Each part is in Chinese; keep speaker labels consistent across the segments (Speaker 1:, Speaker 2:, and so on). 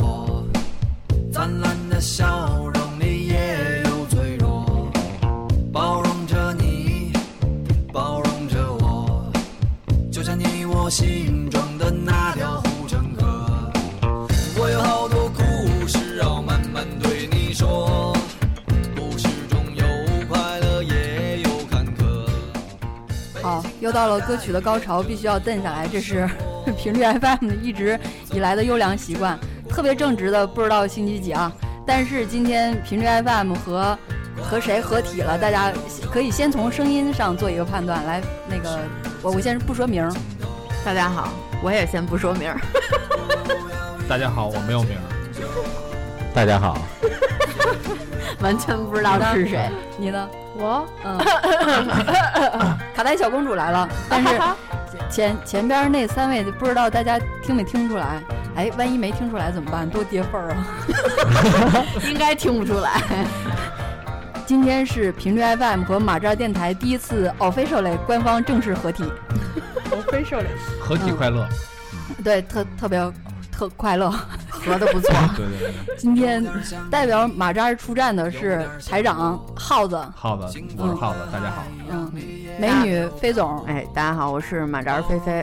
Speaker 1: 我，灿烂的笑容里也有脆弱，包容着你，包容着我，就像你我心中的那条护城河。我有好多故事要慢慢对你说，故事中有快乐也有坎坷。
Speaker 2: 好，又到了歌曲的高潮，必须要瞪下来，这是 频率 FM 的一直以来的优良习惯。特别正直的，不知道星期几啊，但是今天频率 FM 和和谁合体了？大家可以先从声音上做一个判断。来，那个我我先不说名儿，
Speaker 3: 大家好，我也先不说 名儿，
Speaker 4: 大家好，我没有名儿，
Speaker 5: 大家好，
Speaker 3: 完全不知道是谁。
Speaker 2: 你呢？
Speaker 3: 我
Speaker 2: 嗯，卡戴小公主来了，但是前前边那三位不知道大家听没听出来？哎，万一没听出来怎么办？多跌份儿啊！
Speaker 3: 应该听不出来。
Speaker 2: 今天是频率 FM 和马扎电台第一次 official 类官方正式合体，
Speaker 4: 合体快乐。
Speaker 2: 对，特特别特快乐，合的
Speaker 5: 嗯
Speaker 2: 不错。
Speaker 4: 对对对 对，
Speaker 2: 今天代表马扎出战的是台长耗子，
Speaker 4: 耗子，我是耗子，大家好。
Speaker 2: 嗯，美女飞总，
Speaker 3: 哎， 大家好，我是马扎尔菲菲。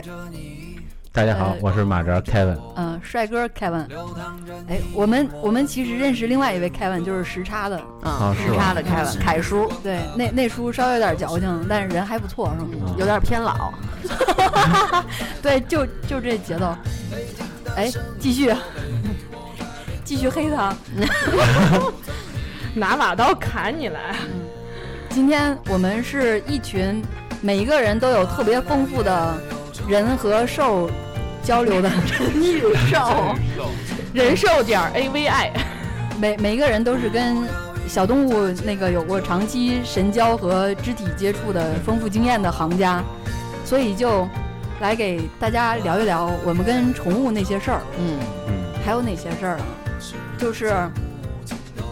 Speaker 5: 大家好
Speaker 2: 呃，
Speaker 5: 我是马哲 Kevin。
Speaker 2: 嗯、帅哥 Kevin。哎，我们我们其实认识另外一位 Kevin，就是时差的，
Speaker 3: 嗯，
Speaker 5: 啊是
Speaker 3: 时
Speaker 5: 吧
Speaker 3: 差的开了，凯叔
Speaker 2: 对，那那叔稍微有点矫情，但是人还不错，是
Speaker 5: 嗯
Speaker 2: 吗？
Speaker 3: 有点偏老，
Speaker 2: 对，就就这节奏。哎，继续， 继续黑他。
Speaker 6: 拿把刀砍 你来。
Speaker 2: 今天我们是一群每一个人都有特别丰富的人和兽交流的 人与 兽，
Speaker 6: 人兽点儿 A V I，
Speaker 2: 每每一个人都是跟小动物那个有过长期神交和肢体接触的丰富经验的行家，所以就来给大家聊一聊我们跟宠物那些事儿。
Speaker 3: 嗯，
Speaker 5: 嗯，
Speaker 2: 还有哪些事儿啊？就是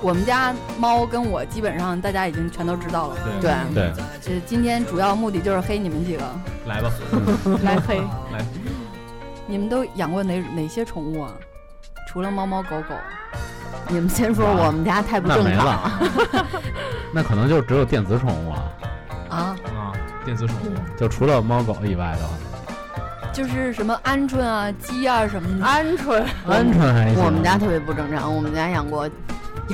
Speaker 2: 我们家猫跟我基本上大家已经全都知道了。
Speaker 3: 对，
Speaker 5: 嗯对，
Speaker 2: 呃，今天主要目的就是黑你们几个。
Speaker 4: 来吧，
Speaker 6: 来黑。
Speaker 4: 来，
Speaker 2: 你们都养过哪哪些宠物啊？除了猫猫狗狗，
Speaker 3: 你们先说，我们家太不
Speaker 5: 那
Speaker 3: 正
Speaker 5: 没
Speaker 3: 常
Speaker 5: 了， 那可能就只有电子宠物了，
Speaker 2: 啊，
Speaker 4: 啊，电子宠物，
Speaker 5: 就除了猫狗以外的话，
Speaker 2: 就是什么鹌鹑啊、鸡啊什么的。
Speaker 5: 哎
Speaker 6: 鹌鹑，
Speaker 5: 鹌鹑还行。
Speaker 3: 嗯
Speaker 5: 啊
Speaker 3: 我们家特别不正常，我们家养过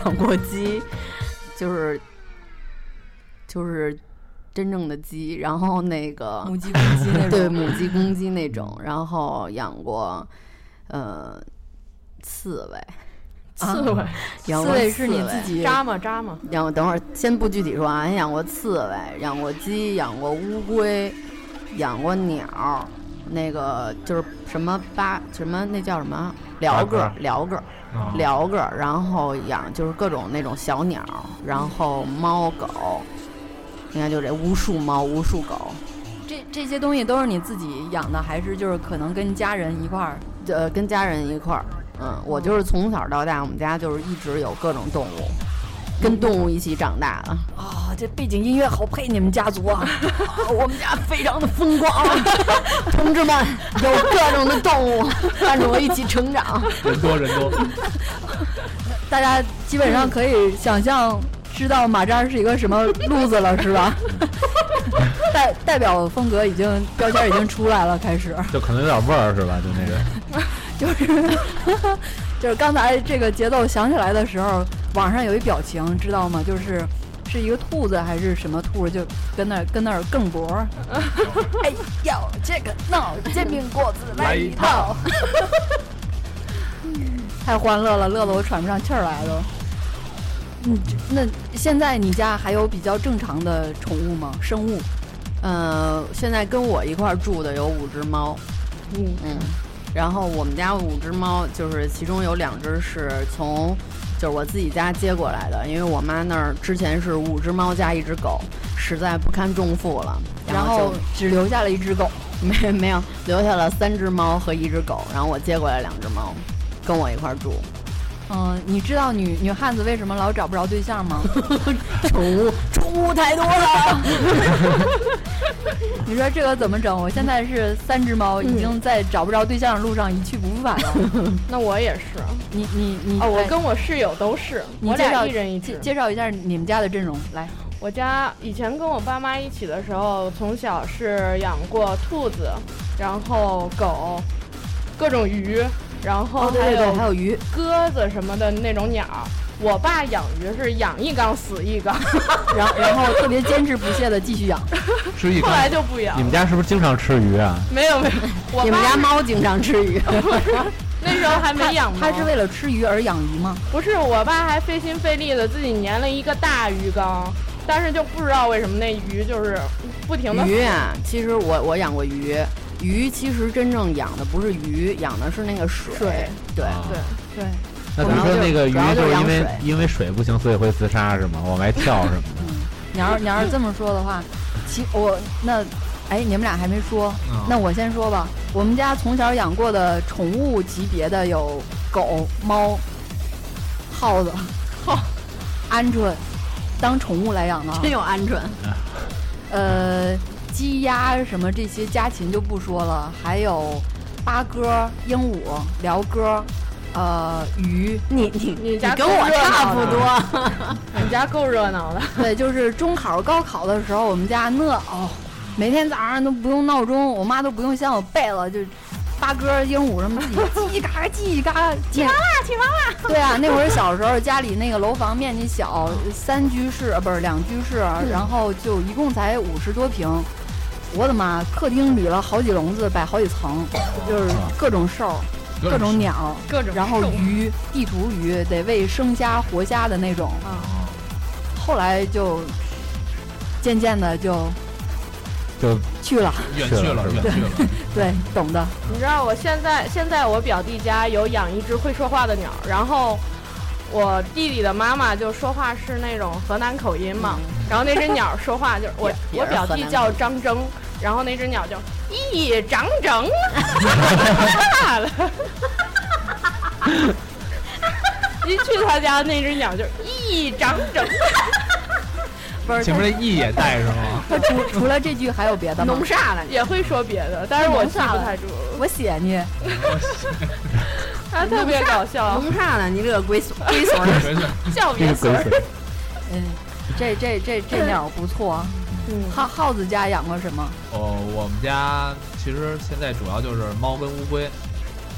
Speaker 3: 养过鸡，就是就是真正的鸡，然后那个
Speaker 2: 母鸡、公鸡那种。
Speaker 3: 对母鸡、公鸡那种，然后养过呃刺猬，啊
Speaker 6: 刺猬，
Speaker 3: 养
Speaker 2: 刺
Speaker 3: 过
Speaker 2: 猬是你
Speaker 3: 刺
Speaker 2: 自己
Speaker 6: 扎嘛扎嘛，
Speaker 3: 养过等会儿先不具体说啊，养过刺猬，养过鸡，养过乌龟，养过鸟，那个就是什么八什么那叫什么鹩
Speaker 4: 八
Speaker 3: 哥
Speaker 4: 哥
Speaker 3: 鹩哥
Speaker 4: 啊，
Speaker 3: 鹩哥，然后养就是各种那种小鸟，然后猫狗，应该就这无数猫无数狗，
Speaker 2: 这这些东西都是你自己养的，还是就是可能跟家人一块儿？
Speaker 3: 呃，跟家人一块儿，嗯，我就是从小到大，我们家就是一直有各种动物，跟动物一起长大的。
Speaker 2: 啊、这背景音乐好配你们家族 啊！
Speaker 3: 我们家非常的风光， 同志们有各种的动物伴着我一起成长。
Speaker 4: 人多人多，
Speaker 2: 大家基本上可以想象知道马扎是一个什么路子了，是吧？ 代代表风格已经标签已经出来了，开始
Speaker 5: 就可能有点味儿是吧？就那个，
Speaker 3: 嗯
Speaker 2: 就是 就是刚才这个节奏响起来的时候，网上有一表情，知道吗？就是是一个兔子还是什么兔，就跟那儿跟那儿更脖儿， 哎呦这个闹煎饼果子来一套， 太欢乐了，乐得我喘不上气儿来了。嗯，那现在你家还有比较正常的宠物吗？生物？
Speaker 3: 呃，现在跟我一块儿住的有五只猫，
Speaker 6: 嗯，
Speaker 3: 嗯，然后我们家五只猫，就是其中有两只是从就是我自己家接过来的，因为我妈那儿之前是五只猫加一只狗，实在不堪重负了，
Speaker 2: 然
Speaker 3: 后
Speaker 2: 后只留下了一只狗。
Speaker 3: 就 没没有留下了三只猫和一只狗，然后我接过来两只猫，跟我一块儿住，
Speaker 2: 嗯，你知道女女汉子为什么老找不着对象吗？
Speaker 3: 宠物
Speaker 2: 宠
Speaker 3: 宠
Speaker 2: 物太多 了。你说这个怎么整？我现在是三只猫，已经在找不着对象的路上一去不复返 了。
Speaker 6: 那我也是，
Speaker 2: 你你你
Speaker 6: 哦，我
Speaker 3: 哎
Speaker 2: 来
Speaker 6: 跟我室友都是，
Speaker 2: 你
Speaker 6: 我
Speaker 2: 介绍
Speaker 6: 俩一人一只
Speaker 2: 介。介绍一下你们家的阵容来。
Speaker 6: 我家以前跟我爸妈一起的时候，从小是养过兔子，然后狗，各种鱼，然后
Speaker 3: 哦
Speaker 6: 还
Speaker 2: 对对对，还
Speaker 6: 有
Speaker 2: 有鱼，
Speaker 6: 鸽子什么的那种鸟。我爸养鱼是养一缸死一缸，
Speaker 2: 然后然后特别坚持不懈的继续养。
Speaker 5: 吃一
Speaker 6: 后
Speaker 5: 缸。
Speaker 6: 来就不养
Speaker 5: 你。们家是不是经常吃鱼啊？
Speaker 6: 没有没 有，我
Speaker 3: 你们家
Speaker 6: 爸
Speaker 3: 猫经常吃鱼，
Speaker 6: 那时候还 没养
Speaker 2: 他
Speaker 6: 猫
Speaker 2: 是为了吃鱼而养鱼吗？
Speaker 6: 不是，我爸还费心费力的自己粘了一个大鱼缸，但是就不知道为什么那鱼就是不停的
Speaker 3: 鱼啊，其实我我养过鱼，鱼其实真正养的不是鱼，养的是那个水。
Speaker 6: 水。
Speaker 3: 对，
Speaker 5: 啊
Speaker 6: 对
Speaker 2: 对，
Speaker 5: 那比如说那个鱼
Speaker 3: 主要就
Speaker 5: 就是是
Speaker 3: 养
Speaker 5: 因为
Speaker 3: 水
Speaker 5: 因为水不行，所以会自杀是吗？往外 跳什么的。
Speaker 2: 你要是你要是这么说的话，其我那，哎，你们俩还没说，
Speaker 4: 嗯
Speaker 2: 那我先说吧。我们家从小养过的宠物级别的有狗、猫、 耗子、
Speaker 3: 哦
Speaker 2: 鹌鹑，当宠物来养的啊。
Speaker 3: 有鹌鹑。
Speaker 2: 呃，鸡鸭什么这些家禽就不说了，还有八哥、鹦鹉、鹩哥，呃，鱼。
Speaker 3: 你你
Speaker 6: 你家
Speaker 3: 跟我
Speaker 6: 够热闹
Speaker 3: 差不
Speaker 6: 的
Speaker 3: 多。
Speaker 6: 你家够热闹的，
Speaker 2: 对，就是中考、高考的时候，我们家那哦，每天早上都不用闹钟，我妈都不用嫌我背了，就八哥、鹦鹉什么叽叽嘎嘎、叽叽嘎嘎，起娃娃，起娃娃。对啊，那会儿小时候家里那个楼房面积小，三居室呃不是两居室，然后就一共才五十多平。我的妈！客厅里了好几笼子，摆好几层，就是各种兽儿、各种鸟儿，
Speaker 6: 各种
Speaker 2: 然后
Speaker 6: 兽
Speaker 2: 鱼，地图鱼得喂生虾、活虾的那种。
Speaker 3: 嗯
Speaker 2: 后来就渐渐的就
Speaker 5: 就
Speaker 2: 去了，
Speaker 4: 远去了，远去了。
Speaker 2: 对，懂的。
Speaker 6: 你知道我现在现在我表弟家有养一只会说话的鸟，然后我弟弟的妈妈就说话是那种河南口音嘛，然后那只鸟说话 就是我
Speaker 3: 嗯也
Speaker 6: 我
Speaker 3: 也是
Speaker 6: 表
Speaker 3: 河
Speaker 6: 弟
Speaker 3: 南
Speaker 6: 叫张铮，然后那只鸟就咦张铮，大了。 一去他家，那只鸟就咦张铮，
Speaker 2: 不是
Speaker 4: 前
Speaker 2: 他
Speaker 4: 面那 E 也带 是吗？
Speaker 2: 他除除了这句还有别的吗
Speaker 3: 弄？啥了？
Speaker 6: 也会说别的，但是我记不太住，
Speaker 2: 我写你，
Speaker 3: 啊
Speaker 6: 他特别搞笑，
Speaker 3: 弄啥了？你这个龟孙龟孙儿，
Speaker 4: 没事，
Speaker 6: 叫
Speaker 5: 那
Speaker 6: 别
Speaker 5: 个
Speaker 6: 孙
Speaker 5: 龟
Speaker 6: 儿。
Speaker 5: 水，
Speaker 2: 嗯，这这这这鸟不错啊。
Speaker 6: 嗯
Speaker 2: 耗耗子家养过什么
Speaker 4: 哦，我们家其实现在主要就是猫跟乌龟。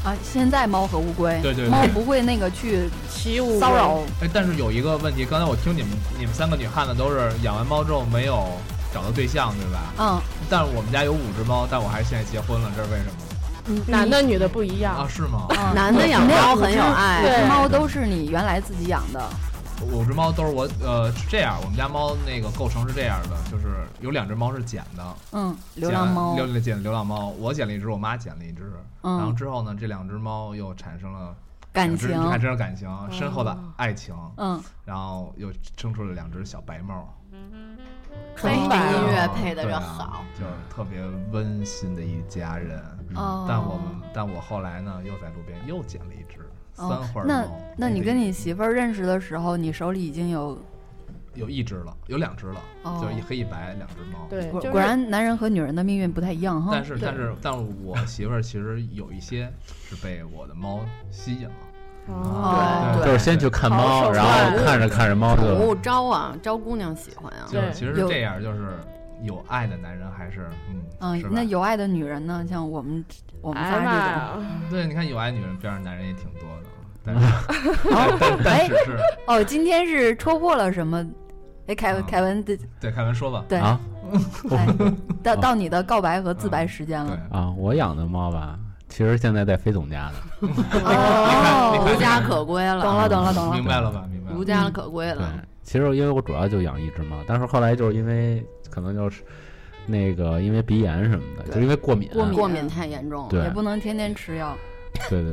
Speaker 2: 啊？现在猫和乌龟，
Speaker 4: 对对对
Speaker 2: 猫不会那个去
Speaker 6: 习武
Speaker 2: 骚扰，
Speaker 4: 哎，但是有一个问题，刚才我听你们你们三个女汉子都是养完猫之后没有找到对象，对吧？
Speaker 2: 嗯，
Speaker 4: 但是我们家有五只猫，但我还是现在结婚了，这是为什么？
Speaker 6: 男的女的不一样
Speaker 4: 啊，，是吗？
Speaker 2: 嗯
Speaker 3: 男的养猫很有爱。
Speaker 6: 对
Speaker 2: 猫都是你原来自己养的，
Speaker 4: 五只猫都是我呃是这样，我们家猫那个构成是这样的，就是有两只猫是捡的，
Speaker 2: 嗯，流浪猫
Speaker 4: 捡，流捡流浪猫，我捡了一只，我妈捡了一只，然后
Speaker 2: 嗯，
Speaker 4: 之后呢，这两只猫又产生了
Speaker 2: 感
Speaker 4: 两只
Speaker 2: 情，
Speaker 4: 产生了感情，深厚的爱情，
Speaker 2: 嗯，
Speaker 4: 然后又生出了两只小白猫，
Speaker 3: 配音乐配的
Speaker 4: 对
Speaker 3: 这
Speaker 4: 啊
Speaker 3: 好，，
Speaker 4: 就特别温馨的一家人。
Speaker 2: 哦，
Speaker 4: 嗯但我们但我后来呢，又在路边又捡了一只三
Speaker 2: 哦
Speaker 4: 花猫。
Speaker 2: 那那你跟
Speaker 4: 一
Speaker 2: 你媳妇儿认识的时候，你手里已经有
Speaker 4: 有一只了，有两只了，
Speaker 2: 哦
Speaker 4: 就是一黑一白两只猫。
Speaker 6: 对，
Speaker 2: 果
Speaker 6: 就是
Speaker 2: 果然男人和女人的命运不太一样哈。
Speaker 4: 但是
Speaker 6: 对
Speaker 4: 但是但我媳妇儿其实有一些是被我的猫吸引了，
Speaker 6: 哦，
Speaker 4: 对
Speaker 5: 就是先去看
Speaker 6: 好
Speaker 5: 猫，
Speaker 6: 手
Speaker 5: 然后
Speaker 6: 段
Speaker 5: 看着看着猫
Speaker 3: 宠物
Speaker 5: 就
Speaker 3: 招啊，招姑娘喜欢啊。
Speaker 4: 就是
Speaker 6: 对
Speaker 4: 其实是
Speaker 2: 有
Speaker 4: 这样，就是有爱的男人还是嗯，
Speaker 2: 嗯
Speaker 4: 是，吧
Speaker 2: 那有爱的女人呢？像我们我们
Speaker 6: 哎
Speaker 2: 仨
Speaker 6: 呀妈
Speaker 2: 这种。
Speaker 6: 呀，
Speaker 4: 对，你看有爱女人边上男人也挺多的， 但是但但但
Speaker 2: 哎
Speaker 4: 只是
Speaker 2: 哦，今天是戳破了什么？哎，凯文，
Speaker 4: 嗯
Speaker 2: 凯文 的
Speaker 4: 对凯文说吧，
Speaker 2: 对，
Speaker 5: 啊
Speaker 2: 来到
Speaker 4: 啊
Speaker 5: 嗯
Speaker 2: 到你的告白和自白时间
Speaker 4: 对
Speaker 2: 了。，
Speaker 5: 啊！我养的猫吧，其实现在在飞总家呢。
Speaker 4: 你
Speaker 2: 哦，
Speaker 4: 看
Speaker 3: 无家可归了，
Speaker 2: 懂了，懂了，懂了
Speaker 4: 明。白了吧？明白了
Speaker 3: 无。
Speaker 2: 嗯
Speaker 3: 家可归
Speaker 5: 对
Speaker 3: 了。，
Speaker 5: 其实因为我主要就养一只猫，但是后来就是因为可能就是那个因为鼻炎什么的，就是因为过敏。
Speaker 2: 过敏
Speaker 3: 过敏太严重了，
Speaker 5: 对
Speaker 2: 也不能天天吃药。
Speaker 5: 对对，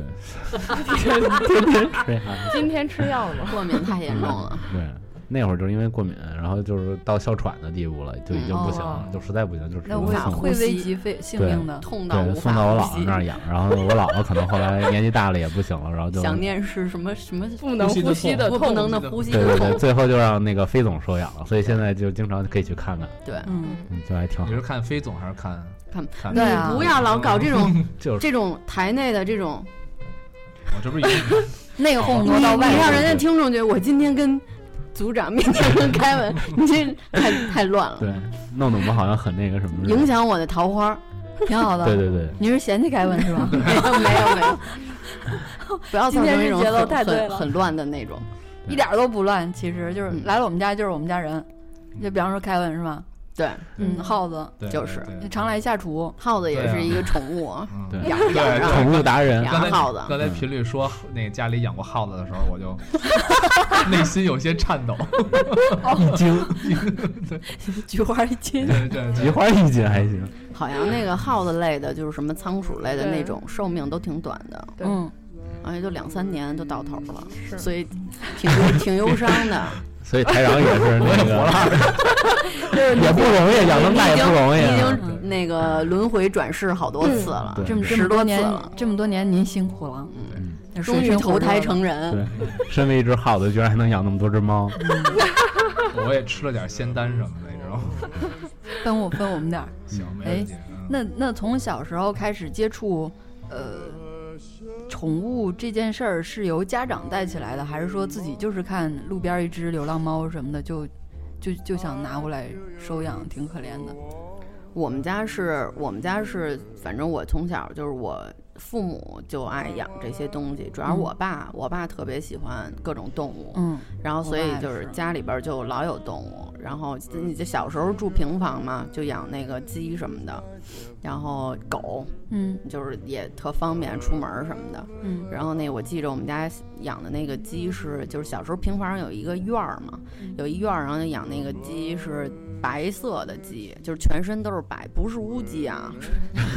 Speaker 5: 天天吃呀。啊
Speaker 6: 今天吃药了吗？
Speaker 3: 过敏太严重了。
Speaker 5: 对，那会儿就是因为过敏，然后就是到哮喘的地步了，就已经不行
Speaker 3: 哦
Speaker 5: 了，就实在不行就只
Speaker 2: 那
Speaker 5: 能
Speaker 2: 我也
Speaker 5: 送
Speaker 2: 会危及非性命的。
Speaker 3: 痛到
Speaker 5: 嗯对
Speaker 3: 无法
Speaker 5: 送到我
Speaker 3: 呼
Speaker 5: 姥姥
Speaker 3: 吸
Speaker 5: 那。儿养，然后我姥姥可能后来年纪大了也不行了，然后就
Speaker 3: 想念是什么什么
Speaker 6: 不能呼吸的
Speaker 3: 不
Speaker 6: 痛，
Speaker 3: 不能的呼吸
Speaker 5: 对对对，
Speaker 3: 痛，
Speaker 5: 最后就让那个飞总收养了，所以现在就经常可以去看看，
Speaker 3: 对，
Speaker 2: 嗯，
Speaker 5: 嗯，就还挺好
Speaker 4: 你。是看飞总还是看
Speaker 3: 看
Speaker 4: 看？嗯
Speaker 2: 对啊
Speaker 3: 你不要老搞 这种
Speaker 5: 就是
Speaker 3: 这种台内的这种，
Speaker 4: 我这不是已经
Speaker 2: 内讧
Speaker 3: 你
Speaker 2: 挪
Speaker 3: 你
Speaker 2: 到外
Speaker 3: 让
Speaker 2: 面，
Speaker 3: 人家听众觉得我今天跟组长，明天跟凯 文，你这太太乱了，
Speaker 5: 对，弄得我们好像很那个什么似的
Speaker 3: 影。响我的桃花。
Speaker 2: 挺好的。
Speaker 5: 对对对，
Speaker 2: 你是嫌弃凯文是吧？
Speaker 3: 没有 没有没有， 不要造成那
Speaker 2: 今天
Speaker 3: 种
Speaker 2: 是节奏
Speaker 3: 很
Speaker 2: 太对
Speaker 3: 很
Speaker 2: 了
Speaker 3: 很乱的那种。
Speaker 2: 一点儿都不乱，其实就是
Speaker 3: 嗯
Speaker 2: 来了我们家就是我们家人。就比方说凯文是吧？
Speaker 3: 对，
Speaker 2: 嗯，耗子
Speaker 4: 对
Speaker 3: 就是
Speaker 4: 对对
Speaker 2: 常来下厨，
Speaker 3: 耗子也
Speaker 4: 对啊
Speaker 3: 是一个宠物啊，
Speaker 4: 嗯
Speaker 5: 对嗯
Speaker 3: 养
Speaker 4: 对
Speaker 3: 养
Speaker 4: 对
Speaker 3: 让
Speaker 5: 宠物达人，
Speaker 3: 养
Speaker 4: 刚才
Speaker 3: 耗子
Speaker 4: 刚才频率说那家里养过耗子的时候，我就 内心有些颤抖。
Speaker 5: 一斤
Speaker 2: 菊花一斤
Speaker 4: 对。对对
Speaker 5: 菊
Speaker 4: 对，
Speaker 5: 花一斤还行。
Speaker 3: 好像那个耗子类的，就是什么仓鼠类的
Speaker 6: 对
Speaker 3: 那种，寿命都挺短的，
Speaker 6: 对
Speaker 2: 嗯，
Speaker 3: 而且就两三年就到头了，
Speaker 6: 是
Speaker 3: 所以挺忧挺忧伤 的。
Speaker 5: 所以台长也是
Speaker 4: 我
Speaker 5: 那
Speaker 4: 也活了
Speaker 5: 个，
Speaker 4: 二 十
Speaker 5: 也不容易，养那么大也不容易
Speaker 3: 已
Speaker 5: 啊。
Speaker 3: 经那个轮回转世好多次了，
Speaker 5: 对
Speaker 2: 这么这
Speaker 3: 十
Speaker 2: 么
Speaker 3: 多
Speaker 2: 多
Speaker 3: 次
Speaker 2: 年
Speaker 3: 了，，
Speaker 2: 这么多年您辛苦了，嗯，
Speaker 3: 终于投胎成人。
Speaker 5: 对，身为一只耗子，居然还能养那么多只猫，
Speaker 4: 我也吃了点仙丹什么的，你知道吗？
Speaker 2: 分我分我们点儿。
Speaker 4: 行，
Speaker 3: 哎
Speaker 4: 没问题。嗯
Speaker 2: 那那从小时候开始接触，呃，宠物这件事儿是由家长带起来的，还是说自己就是看路边一只流浪猫什么的就就就想拿过来收养，挺可怜的。
Speaker 3: 我们家是我们家是，反正我从小就是我父母就爱养这些东西，主要是我爸，我爸特别喜欢各种动物，
Speaker 2: 嗯
Speaker 3: 然后所
Speaker 2: 我
Speaker 3: 以
Speaker 2: 爸也
Speaker 3: 就是
Speaker 2: 是
Speaker 3: 家里边就老有动物，然后你就小时候住平房嘛，就养那个鸡什么的，然后狗
Speaker 2: 嗯
Speaker 3: 就是也特方便出门什么的。
Speaker 2: 嗯
Speaker 3: 然后那我记着我们家养的那个鸡是，就是小时候平房上有一个院儿嘛，有一院儿，然后就养那个鸡是白色的鸡，就是全身都是白，不是乌鸡啊，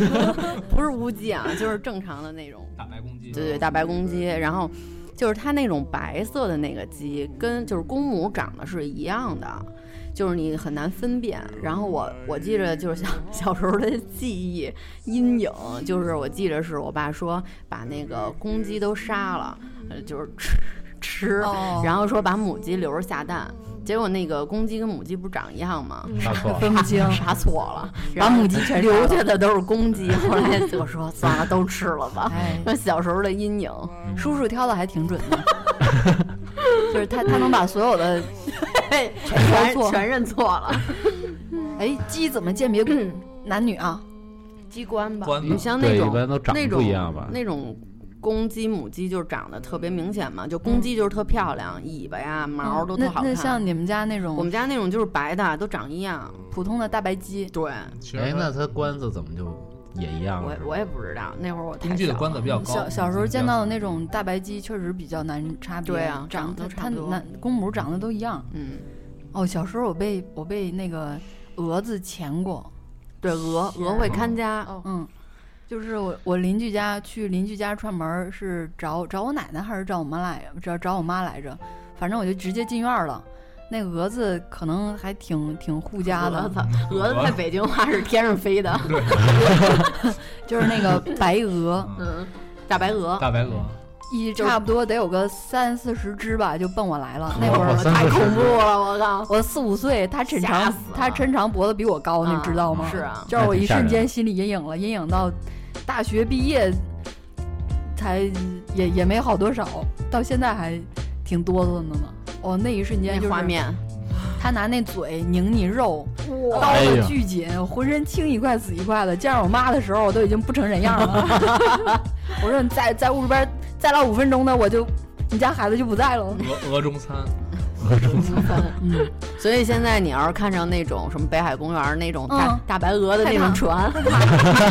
Speaker 3: 不是乌鸡啊，就是正常的那种，
Speaker 4: 大白公鸡，
Speaker 3: 对对，大白公鸡。然后就是它那种白色的那个鸡，跟就是公母长得是一样的。就是你很难分辨，然后我我记着就是小 小时候的记忆阴影，就是我记着是我爸说把那个公鸡都杀了，呃，就是吃吃，
Speaker 2: 哦
Speaker 3: 然后说把母鸡留着下蛋，结果那个公鸡跟母鸡不长一样吗？
Speaker 5: 大 错。
Speaker 2: 分不清，
Speaker 3: 杀错了，
Speaker 2: 把母鸡全
Speaker 3: 全留下的都是公鸡。后来我说算了，都吃了吧。
Speaker 2: 哎，
Speaker 3: 那小时候的阴影，
Speaker 4: 嗯
Speaker 2: 叔叔挑的还挺准的， 就是他他能把所有的
Speaker 3: 全
Speaker 2: 错
Speaker 3: 全认错了。
Speaker 2: 哎鸡怎么鉴 别男女啊？
Speaker 3: 嗯
Speaker 6: 鸡冠吧，
Speaker 4: 关
Speaker 3: 你
Speaker 4: 了。
Speaker 3: 像那
Speaker 5: 对，一
Speaker 3: 种
Speaker 5: 般都长
Speaker 3: 那
Speaker 5: 得
Speaker 3: 种
Speaker 5: 不一样吧？
Speaker 3: 那种公鸡、母鸡就是长得特别明显嘛，就公鸡就是特漂亮，尾巴呀、毛都特
Speaker 2: 那
Speaker 3: 好
Speaker 2: 那
Speaker 3: 看。
Speaker 2: 像你们家那
Speaker 3: 我
Speaker 2: 种
Speaker 3: 们家那种就是白的，都长一样。
Speaker 4: 嗯
Speaker 2: 普通的大白鸡，
Speaker 3: 对，
Speaker 4: 其
Speaker 5: 哎
Speaker 4: 实，
Speaker 5: 那
Speaker 4: 它
Speaker 5: 它冠子怎么就也一样啊
Speaker 3: 我
Speaker 5: 了
Speaker 3: 也
Speaker 5: 是吧？
Speaker 3: 我也不知道，那会儿我太
Speaker 4: 嗯公鸡
Speaker 3: 小
Speaker 4: 的
Speaker 3: 了。
Speaker 4: 冠子比较高。嗯
Speaker 2: 小小时候见到的那种大白鸡，确实比较难差别。
Speaker 3: 对啊
Speaker 2: 长
Speaker 3: 长得
Speaker 2: 得
Speaker 3: 差
Speaker 2: 它
Speaker 3: 不多
Speaker 2: 男公母长得都一样。
Speaker 3: 嗯，
Speaker 2: 哦，小时候我被我被那个蛾子钳过，
Speaker 3: 对，鹅鹅会看
Speaker 4: 啊
Speaker 3: 家，
Speaker 6: 哦
Speaker 2: 嗯，就是我我邻居家去邻居家串门儿是找找我奶奶还是找我妈来找找我妈来着，反正我就直接进院儿了。那蛾子可能还挺挺护家
Speaker 3: 鹅
Speaker 2: 的，
Speaker 3: 子，
Speaker 4: 嗯
Speaker 3: 鹅子在北京话是天上飞的，
Speaker 2: 就是那个白蛾，
Speaker 3: 嗯，大白鹅。
Speaker 4: 大白鹅，
Speaker 2: 一
Speaker 3: 就是
Speaker 2: 差不多得有个三四十只吧，就奔我来了。那会儿
Speaker 5: 哦三
Speaker 3: 太
Speaker 5: 四十
Speaker 3: 恐怖了，我靠！
Speaker 2: 我四五岁，他抻
Speaker 3: 吓
Speaker 2: 长
Speaker 3: 死了
Speaker 2: 他抻长脖子比我高，
Speaker 3: 啊
Speaker 2: 你知道吗？
Speaker 3: 是啊
Speaker 2: 就是我一
Speaker 5: 那挺吓
Speaker 2: 瞬
Speaker 5: 人
Speaker 2: 间心理阴影了，阴影到大学毕业才也也没好多少，到现在还挺哆嗦的呢。哦，那一瞬间
Speaker 3: 那
Speaker 2: 就是
Speaker 3: 画面，
Speaker 2: 他拿那嘴拧你肉，刀
Speaker 5: 哎
Speaker 2: 子
Speaker 5: 呀
Speaker 2: 巨紧，浑身青一块紫一块的。见着我妈的时候，我都已经不成人样了。 我说你再在屋里边再唠五分钟呢，我就你家孩子就不在了。
Speaker 4: 鹅鹅中餐，
Speaker 3: 哦
Speaker 2: 嗯，
Speaker 3: 所以现在你要是看上那种什么北海公园那种大
Speaker 2: 嗯
Speaker 3: 大白鹅的那
Speaker 2: 害
Speaker 3: 种
Speaker 2: 怕
Speaker 3: 船，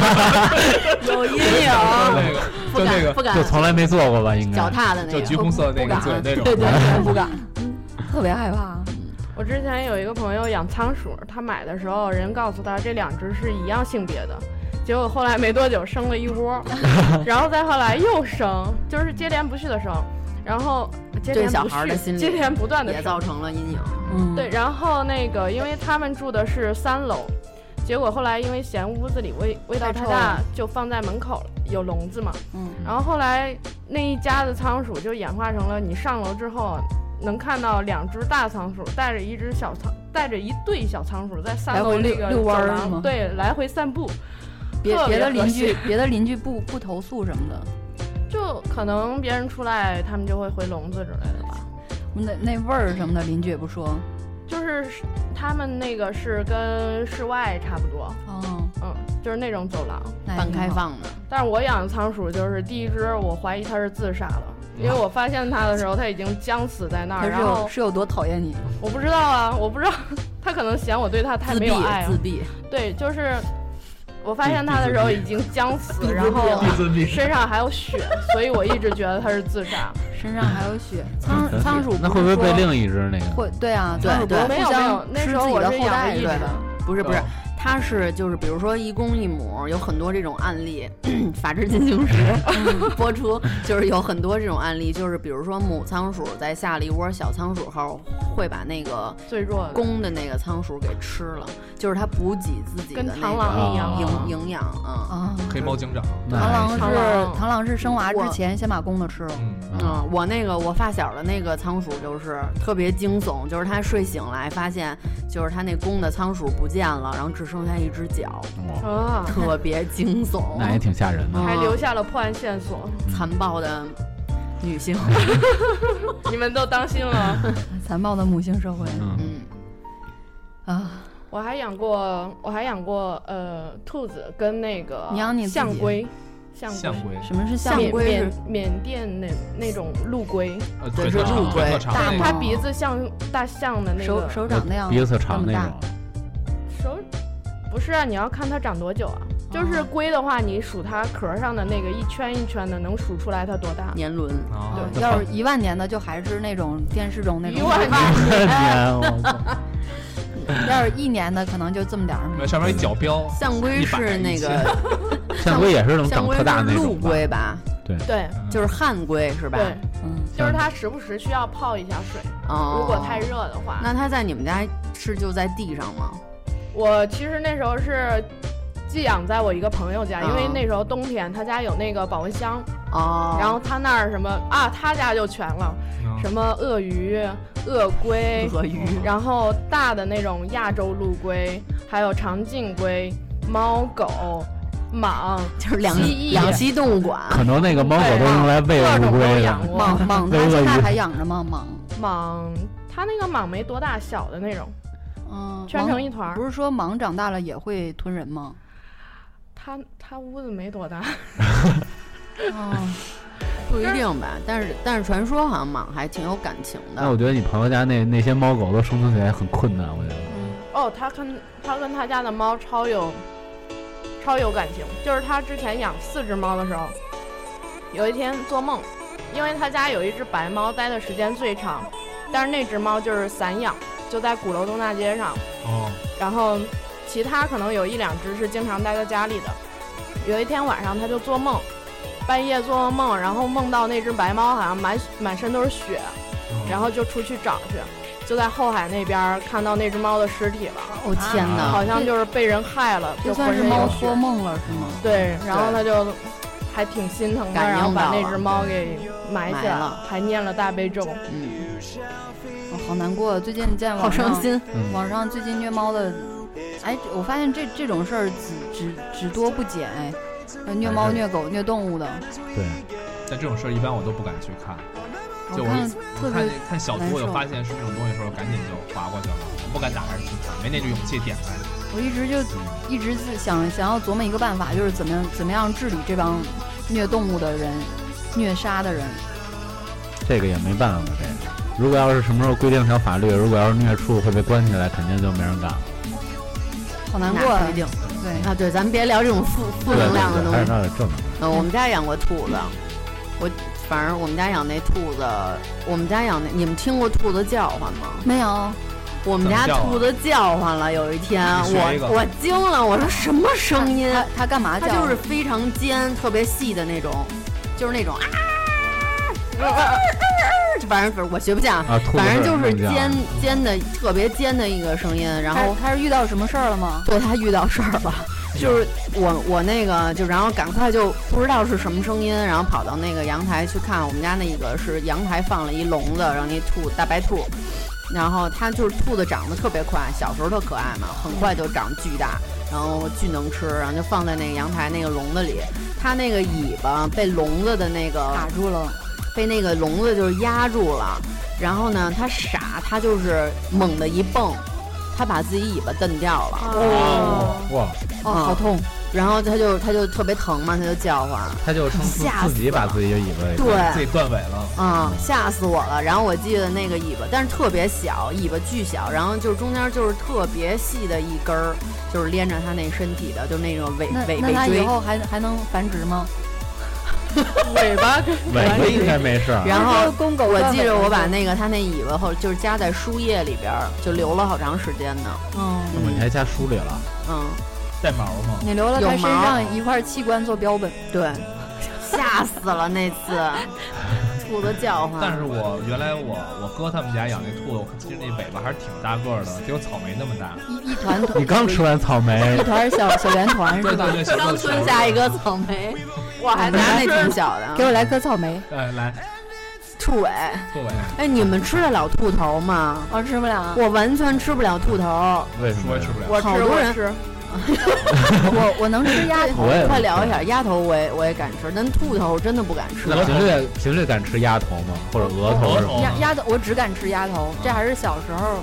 Speaker 3: 有阴影，
Speaker 4: 那个
Speaker 3: 不
Speaker 4: 就那
Speaker 3: 敢
Speaker 4: 个
Speaker 3: 不敢
Speaker 5: 就从来没做过吧？应该
Speaker 3: 脚踏的那
Speaker 4: 就橘
Speaker 3: 个，
Speaker 4: 红色那
Speaker 3: 不
Speaker 4: 个
Speaker 3: 敢
Speaker 4: 嘴那种，
Speaker 2: 对对对，不敢， 特别害怕。
Speaker 6: 我之前有一个朋友养仓鼠，他买的时候人告诉他这两只是一样性别的，结果后来没多久生了一窝，然后再后来又生，就是接连不续的生，然后接
Speaker 3: 对
Speaker 6: 连
Speaker 3: 小
Speaker 6: 不
Speaker 3: 孩儿的
Speaker 6: 续
Speaker 3: 心理
Speaker 6: 接连不断的
Speaker 3: 也造成了阴影。
Speaker 2: 嗯，
Speaker 6: 对，，然后那个，因为他们住的是三楼，结果后来因为嫌屋子里味味道
Speaker 2: 太
Speaker 6: 太
Speaker 2: 臭
Speaker 6: 大
Speaker 2: 了，
Speaker 6: 就放在门口了，有笼子嘛。
Speaker 2: 嗯。
Speaker 6: 然后后来那一家的仓鼠就演化成了，你上楼之后能看到两只大仓鼠带着一只小仓，带着一对小仓鼠在三
Speaker 2: 来回
Speaker 6: 楼那
Speaker 2: 遛
Speaker 6: 个
Speaker 2: 遛
Speaker 6: 走
Speaker 2: 弯儿是
Speaker 6: 廊
Speaker 2: 吗
Speaker 6: 对，来回散步。
Speaker 2: 别
Speaker 6: 特别
Speaker 2: 别的邻
Speaker 6: 和
Speaker 2: 居，别的邻居不不投诉什么的，
Speaker 6: 就可能别人出来，他们就会回笼子之类的吧。
Speaker 2: 那那味儿什么的，邻居也不说。
Speaker 6: 就是他们那个是跟室外差不多，
Speaker 2: 哦，
Speaker 6: 嗯，就是那种走廊。
Speaker 2: 那也
Speaker 3: 半
Speaker 2: 挺
Speaker 3: 开
Speaker 2: 好，
Speaker 3: 放的，
Speaker 6: 但是我养的仓鼠就是第一只，我怀疑它是自杀了，因为我发现它的时候，它已经僵死在那
Speaker 2: 他
Speaker 6: 儿，
Speaker 2: 是
Speaker 6: 然后
Speaker 2: 有是有多讨厌你？
Speaker 6: 我不知道啊，我不知道， 它可能嫌我对它太
Speaker 3: 自
Speaker 6: 没
Speaker 3: 闭
Speaker 6: 有爱啊
Speaker 3: 自，闭，
Speaker 6: 对，就是我发现它的时候已经僵死，然后
Speaker 4: 闭自闭。
Speaker 6: 身上还有血，所以我一直觉得它是自杀。
Speaker 2: 身上还有血，
Speaker 5: 嗯
Speaker 2: 仓仓鼠
Speaker 5: 那
Speaker 2: 是
Speaker 5: 会不会被
Speaker 2: 说
Speaker 5: 另一只那个？
Speaker 2: 会对啊，
Speaker 3: 对
Speaker 2: 仓鼠不是互
Speaker 3: 对
Speaker 6: 没有没有
Speaker 2: 相，
Speaker 6: 那
Speaker 2: 吃
Speaker 6: 时
Speaker 2: 自
Speaker 6: 候
Speaker 2: 己
Speaker 6: 我
Speaker 2: 的
Speaker 6: 是
Speaker 2: 后
Speaker 6: 养
Speaker 2: 代
Speaker 6: 了
Speaker 2: 对
Speaker 6: 一只
Speaker 2: 吧？
Speaker 6: 的，
Speaker 3: 不是不是
Speaker 4: 哦，
Speaker 3: 它是就是比如说一公一母，有很多这种案例， 《法制进行时》播出就是有很多这种案例，就是比如说母仓鼠在下了一窝小仓鼠后，会把那个
Speaker 6: 最弱的，
Speaker 3: 公的那个仓鼠给吃了，就是它补给自己的
Speaker 6: 跟
Speaker 3: 那
Speaker 6: 螳
Speaker 3: 个
Speaker 6: 螂一样
Speaker 5: 啊。
Speaker 3: 营营养啊。
Speaker 2: 啊，
Speaker 6: 嗯
Speaker 4: 黑猫警长，
Speaker 5: 那
Speaker 2: 螳螂是
Speaker 6: 螳螂
Speaker 2: 螳螂是生娃之
Speaker 3: 我
Speaker 2: 前先把公的吃了。
Speaker 4: 嗯，
Speaker 5: 啊
Speaker 3: 嗯，我那个我发小的那个仓鼠就是特别惊悚，就是它睡醒来发现就是它那公的仓鼠不见了，然后只剩下一只脚，
Speaker 5: 嗯哇
Speaker 6: 啊，
Speaker 3: 特别惊悚。
Speaker 5: 那也挺吓人的。
Speaker 6: 还留下了破案线索，
Speaker 3: 残暴的 女性。
Speaker 6: 你们都当心了。
Speaker 2: 残暴的母性社会
Speaker 5: 嗯，
Speaker 3: 嗯，
Speaker 2: 啊，
Speaker 6: 我还养过，我还养过呃兔子跟那个
Speaker 2: 你养你自己
Speaker 6: 象龟，象
Speaker 4: 象
Speaker 6: 龟，
Speaker 4: 龟，
Speaker 2: 什么是象
Speaker 3: 象
Speaker 6: 缅
Speaker 3: 龟是
Speaker 6: 缅缅甸那那种陆龟，
Speaker 4: 呃，
Speaker 3: 对
Speaker 4: 腿
Speaker 3: 是
Speaker 4: 特
Speaker 3: 陆
Speaker 4: 长，
Speaker 3: 龟
Speaker 4: 腿特长
Speaker 2: 大
Speaker 4: 那
Speaker 2: 猫
Speaker 4: 个
Speaker 6: 它鼻子像大象的那
Speaker 2: 手
Speaker 6: 个
Speaker 2: 手掌那样
Speaker 5: 鼻子
Speaker 2: 这
Speaker 5: 长
Speaker 2: 么
Speaker 5: 那
Speaker 2: 大
Speaker 5: 种，
Speaker 6: 手不是啊，你要看它长多久啊。就是
Speaker 3: 哦
Speaker 6: 龟的话，你数它壳上的那个一圈一圈的，能数出来它多大。
Speaker 3: 年轮
Speaker 2: 啊
Speaker 4: 啊，对
Speaker 2: 要是一万年的，就还是那种电视中那种。
Speaker 6: 一万年
Speaker 5: 哎年，我操
Speaker 2: 要是一年的，可能就这么点儿。
Speaker 4: 那上面一角标，
Speaker 3: 象龟
Speaker 4: 一百
Speaker 3: 是那个
Speaker 5: 象龟也是那种
Speaker 3: 象
Speaker 5: 长
Speaker 3: 龟
Speaker 5: 特大
Speaker 3: 是
Speaker 5: 那
Speaker 3: 陆
Speaker 5: 种吧，嗯
Speaker 3: 龟吧，
Speaker 6: 对
Speaker 4: 嗯
Speaker 3: 就是汉龟是吧？
Speaker 6: 对，
Speaker 2: 嗯，
Speaker 6: 就是它时不时需要泡一下水，
Speaker 3: 哦，
Speaker 6: 如果太热的话。
Speaker 3: 那它在你们家是就在地上吗？
Speaker 6: 我其实那时候是寄养在我一个朋友家，
Speaker 3: 嗯
Speaker 6: 因为那时候冬天他家有那个保温箱，
Speaker 3: 哦，
Speaker 6: 然后他那儿什么啊，他家就全了，
Speaker 4: 嗯
Speaker 6: 什么鳄鱼、鳄龟，
Speaker 3: 鳄鱼，
Speaker 6: 然后大的那种亚洲陆龟，还有长颈龟、猫狗、蟒，
Speaker 3: 就是两
Speaker 6: 蜥蜴
Speaker 3: 两栖动物馆，
Speaker 5: 可能那个猫狗都用来喂
Speaker 6: 各
Speaker 5: 乌
Speaker 6: 种都
Speaker 5: 龟
Speaker 6: 养
Speaker 5: 的。
Speaker 6: 过。
Speaker 2: 嗯蟒蟒，它
Speaker 5: 那鳄
Speaker 2: 现
Speaker 5: 鱼
Speaker 2: 在还养着吗？蟒，
Speaker 6: 蟒，它那个蟒没多大，小的那种，
Speaker 2: 嗯，
Speaker 6: 圈
Speaker 2: 蟒
Speaker 6: 成一团儿
Speaker 2: 不。是说蟒长大了也会吞人吗？
Speaker 6: 它它屋子没多大，
Speaker 2: 哦，
Speaker 3: 不一定吧？但是但是传说好像蟒还挺有感情
Speaker 4: 哦
Speaker 5: 那我
Speaker 3: 的，
Speaker 5: 觉得你朋友家那那些猫狗都生存起来很困难，我觉得。
Speaker 6: 哦，他跟他跟他家的猫超有超有感情，就是他之前养四只猫的时候，有一天做梦，因为他家有一只白猫待的时间最长，但是那只猫就是散养，就在鼓楼东大街上，
Speaker 4: 哦，
Speaker 6: 然后其他可能有一两只是经常待在家里的。有一天晚上，他就做梦，半夜做梦，然后梦到那只白猫好像满满身都是血，
Speaker 4: 嗯
Speaker 6: 然后就出去找去，就在后海那边儿看到那只猫的尸体了。
Speaker 2: 哦
Speaker 3: 我天
Speaker 5: 啊
Speaker 3: 哪！
Speaker 6: 好像就是被人害了，
Speaker 2: 这
Speaker 6: 就
Speaker 2: 算
Speaker 6: 浑
Speaker 2: 是
Speaker 6: 身
Speaker 2: 猫
Speaker 6: 有血
Speaker 2: 托梦了是
Speaker 5: 嗯
Speaker 2: 吗？
Speaker 6: 对，然后他就还挺心疼的，
Speaker 3: 感应
Speaker 6: 然后把
Speaker 3: 到了
Speaker 6: 那只猫给埋起来
Speaker 3: 埋了
Speaker 6: 还念了大悲咒。
Speaker 3: 嗯，
Speaker 2: 我哦好难过，最近见
Speaker 3: 好
Speaker 2: 网
Speaker 3: 伤
Speaker 2: 上
Speaker 3: 心，
Speaker 5: 嗯，
Speaker 2: 网上最近虐猫的，哎，我发现这这种事儿只只只多不减哎，呃虐猫、
Speaker 5: 哎
Speaker 2: 虐狗、虐动物的，
Speaker 5: 对，
Speaker 4: 但这种事儿一般我都不敢去看，
Speaker 2: 我
Speaker 4: 就我
Speaker 2: 看特
Speaker 4: 我看
Speaker 2: 别
Speaker 4: 见看小图我就发现是这种东西的时候，赶紧就划过去了，我不敢打开去看，没那种勇气点开。
Speaker 2: 我一直就一直是想想要琢磨一个办法，就是怎么样怎么样治理这帮虐动物的人、虐杀的人。
Speaker 5: 这个也没办法。这个，如果要是什么时候规定条法律，如果要是虐畜会被关起来，肯定就没人干了。
Speaker 2: 好难过
Speaker 3: 那
Speaker 2: 啊
Speaker 3: 不一！定
Speaker 2: 对，
Speaker 3: 啊。对，咱们别聊这种负负
Speaker 5: 对对
Speaker 3: 能量的
Speaker 5: 对，
Speaker 3: 东
Speaker 5: 还
Speaker 3: 西
Speaker 5: 是。要有正能
Speaker 3: 嗯，我们家养过兔子，我反正我们家养那兔子，我们家养那，你们听过兔子叫唤吗？
Speaker 2: 没有，
Speaker 3: 我们家
Speaker 4: 怎么叫啊
Speaker 3: 兔子叫唤了，有一天
Speaker 4: 你学一个
Speaker 3: 我我惊了，我说什么声音？
Speaker 2: 他他干嘛
Speaker 3: 它
Speaker 2: 叫？
Speaker 3: 就是非常啊尖、特别细的那种，就是那种啊，反正我学不像，
Speaker 5: 啊，兔子
Speaker 3: 反正就是
Speaker 5: 弄
Speaker 3: 尖
Speaker 5: 酱
Speaker 3: 尖的特别尖的一个声音，然后
Speaker 2: 他他是遇到什么事儿了吗？
Speaker 3: 对他遇到事儿了， 就是我我那个就然后赶快就不知道是什么声音，然后跑到那个阳台去看，我们家那个是阳台放了一笼子，然后那兔大白兔，然后它就是兔子长得特别快，小时候特可爱嘛，很快就长巨大，然后巨能吃，然后就放在那个阳台那个笼子里，它那个尾巴被笼子的那个
Speaker 2: 卡住了，
Speaker 3: 被那个笼子就是压住了，然后呢，它傻，它就是猛地一蹦，它把自己尾巴蹬掉了，
Speaker 6: 哦，
Speaker 5: 哇，
Speaker 2: 哦，
Speaker 3: 啊
Speaker 2: 好痛！
Speaker 3: 然后它就它就特别疼嘛，它就叫唤，
Speaker 4: 他就称自
Speaker 3: 吓死
Speaker 4: 自己把
Speaker 3: 了
Speaker 5: 自己就以为
Speaker 3: 对，
Speaker 4: 自己断尾了，
Speaker 3: 嗯，吓死我了。然后我记得那个尾巴，但是特别小，尾巴巨小，然后就是中间就是特别细的一根儿，就是连着它那身体的，就是那种尾
Speaker 2: 那
Speaker 3: 尾
Speaker 2: 那他
Speaker 3: 尾
Speaker 2: 以
Speaker 3: 椎。
Speaker 2: 后还还能繁殖吗？
Speaker 6: 尾巴
Speaker 5: 尾巴应该没事
Speaker 4: 啊
Speaker 5: 儿。
Speaker 3: 然
Speaker 2: 就是
Speaker 3: 后
Speaker 2: 公狗
Speaker 3: 我
Speaker 2: 断
Speaker 3: 记
Speaker 2: 尾
Speaker 3: 着
Speaker 2: 了
Speaker 3: 我把
Speaker 2: 是吗
Speaker 3: 那个它那尾巴后就是夹在树叶里边儿，就留了好长时间呢。
Speaker 2: 嗯，
Speaker 5: 我
Speaker 3: 嗯
Speaker 5: 还加书里了，
Speaker 3: 嗯。
Speaker 4: 带毛吗？
Speaker 2: 你留了他
Speaker 3: 有
Speaker 2: 身
Speaker 3: 毛
Speaker 2: 上一块器官做标本，
Speaker 3: 对，吓死了那次，兔子叫唤。
Speaker 4: 但是我原来我我哥他们家养那兔，我其实那尾巴还是挺大个儿的，只有草莓那么大。
Speaker 2: 一一团
Speaker 5: 你刚吃完草莓
Speaker 2: 一，团小小圆团
Speaker 4: 对
Speaker 2: 是
Speaker 4: 对
Speaker 2: 吧？
Speaker 4: 对，小
Speaker 3: 刚
Speaker 4: 豆球。
Speaker 3: 吞下一个草莓，
Speaker 6: 我还
Speaker 3: 俺
Speaker 6: 拿
Speaker 3: 家那
Speaker 6: 那
Speaker 3: 挺小的，
Speaker 2: 给我来颗草莓，
Speaker 4: 哎，来，
Speaker 3: 兔尾。
Speaker 4: 兔尾，
Speaker 3: 哎，你们吃得了兔头吗？
Speaker 2: 我吃不了啊。
Speaker 3: 我完全吃不了兔头。
Speaker 5: 为什么
Speaker 4: 说
Speaker 5: 呀
Speaker 4: 也吃？不了。
Speaker 6: 我吃
Speaker 3: 好多人
Speaker 6: 我吃，
Speaker 2: 我我能吃鸭头
Speaker 5: 我，也
Speaker 3: 快聊一下鸭头，我也我也敢吃，但兔头真的不敢吃。
Speaker 5: 那频率频率敢吃鸭头吗？或者鹅头
Speaker 4: 鹅
Speaker 5: 什么？
Speaker 4: 头
Speaker 2: 鸭
Speaker 4: 吗
Speaker 2: 鸭头我只敢吃鸭头，这还是小时候，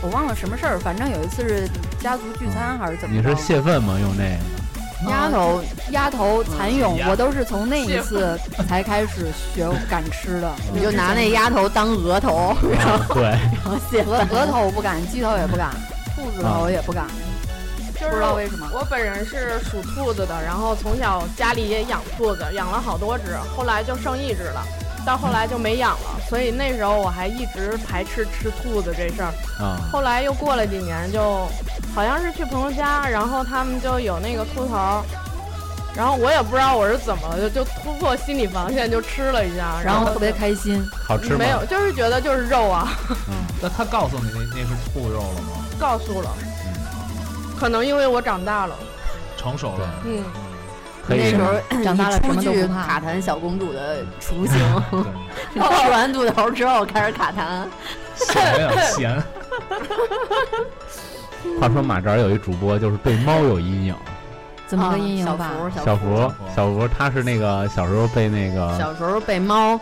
Speaker 2: 我忘了什么事儿，反正有一次是家族聚餐还是怎么
Speaker 5: 你
Speaker 2: 着。
Speaker 5: 是泄愤吗？用那
Speaker 3: 鸭头
Speaker 2: 鸭头、蚕蛹，
Speaker 4: 鸭
Speaker 2: 我都是从那一次才开始学敢吃的。
Speaker 3: 你就拿那鸭头当鹅头，
Speaker 5: 个？啊对，
Speaker 3: 然后蟹
Speaker 2: 鹅鹅头不敢，鸡头也不敢，兔子
Speaker 5: 啊
Speaker 2: 头也不敢，
Speaker 6: 就
Speaker 2: 不
Speaker 6: 是
Speaker 2: 知道为什么。
Speaker 6: 我本人是属兔子的，然后从小家里也养兔子，养了好多只，后来就剩一只了，到后来就没养了，所以那时候我还一直排斥吃兔子这事儿。
Speaker 5: 啊，
Speaker 6: 后来又过了几年就，好像是去朋友家，然后他们就有那个兔头儿，然后我也不知道我是怎么了，就就突破心理防线就吃了一下，
Speaker 2: 然后
Speaker 6: 后
Speaker 2: 特别开心，
Speaker 5: 好吃吗？
Speaker 6: 没有，就是觉得就是肉啊，
Speaker 4: 那他告诉你那那是兔肉了吗？
Speaker 6: 告诉了，可能因为我长大了，
Speaker 4: 成熟了。
Speaker 6: 嗯，
Speaker 5: 可
Speaker 3: 那
Speaker 5: 以
Speaker 3: 时候
Speaker 2: 长大了什
Speaker 3: 你初
Speaker 2: 么都
Speaker 3: 具
Speaker 2: 不怕
Speaker 3: 卡弹小公主的 雏形，
Speaker 4: 对，
Speaker 3: 吃完兔头之后开始卡弹。
Speaker 4: 咸呀 咸。
Speaker 5: 话说马扎有一主播就是对猫有阴影，
Speaker 2: 怎么个阴影法？
Speaker 3: 啊小
Speaker 5: 小
Speaker 3: 福，
Speaker 5: 福小福他是那个小时候被那个
Speaker 3: 小时候被猫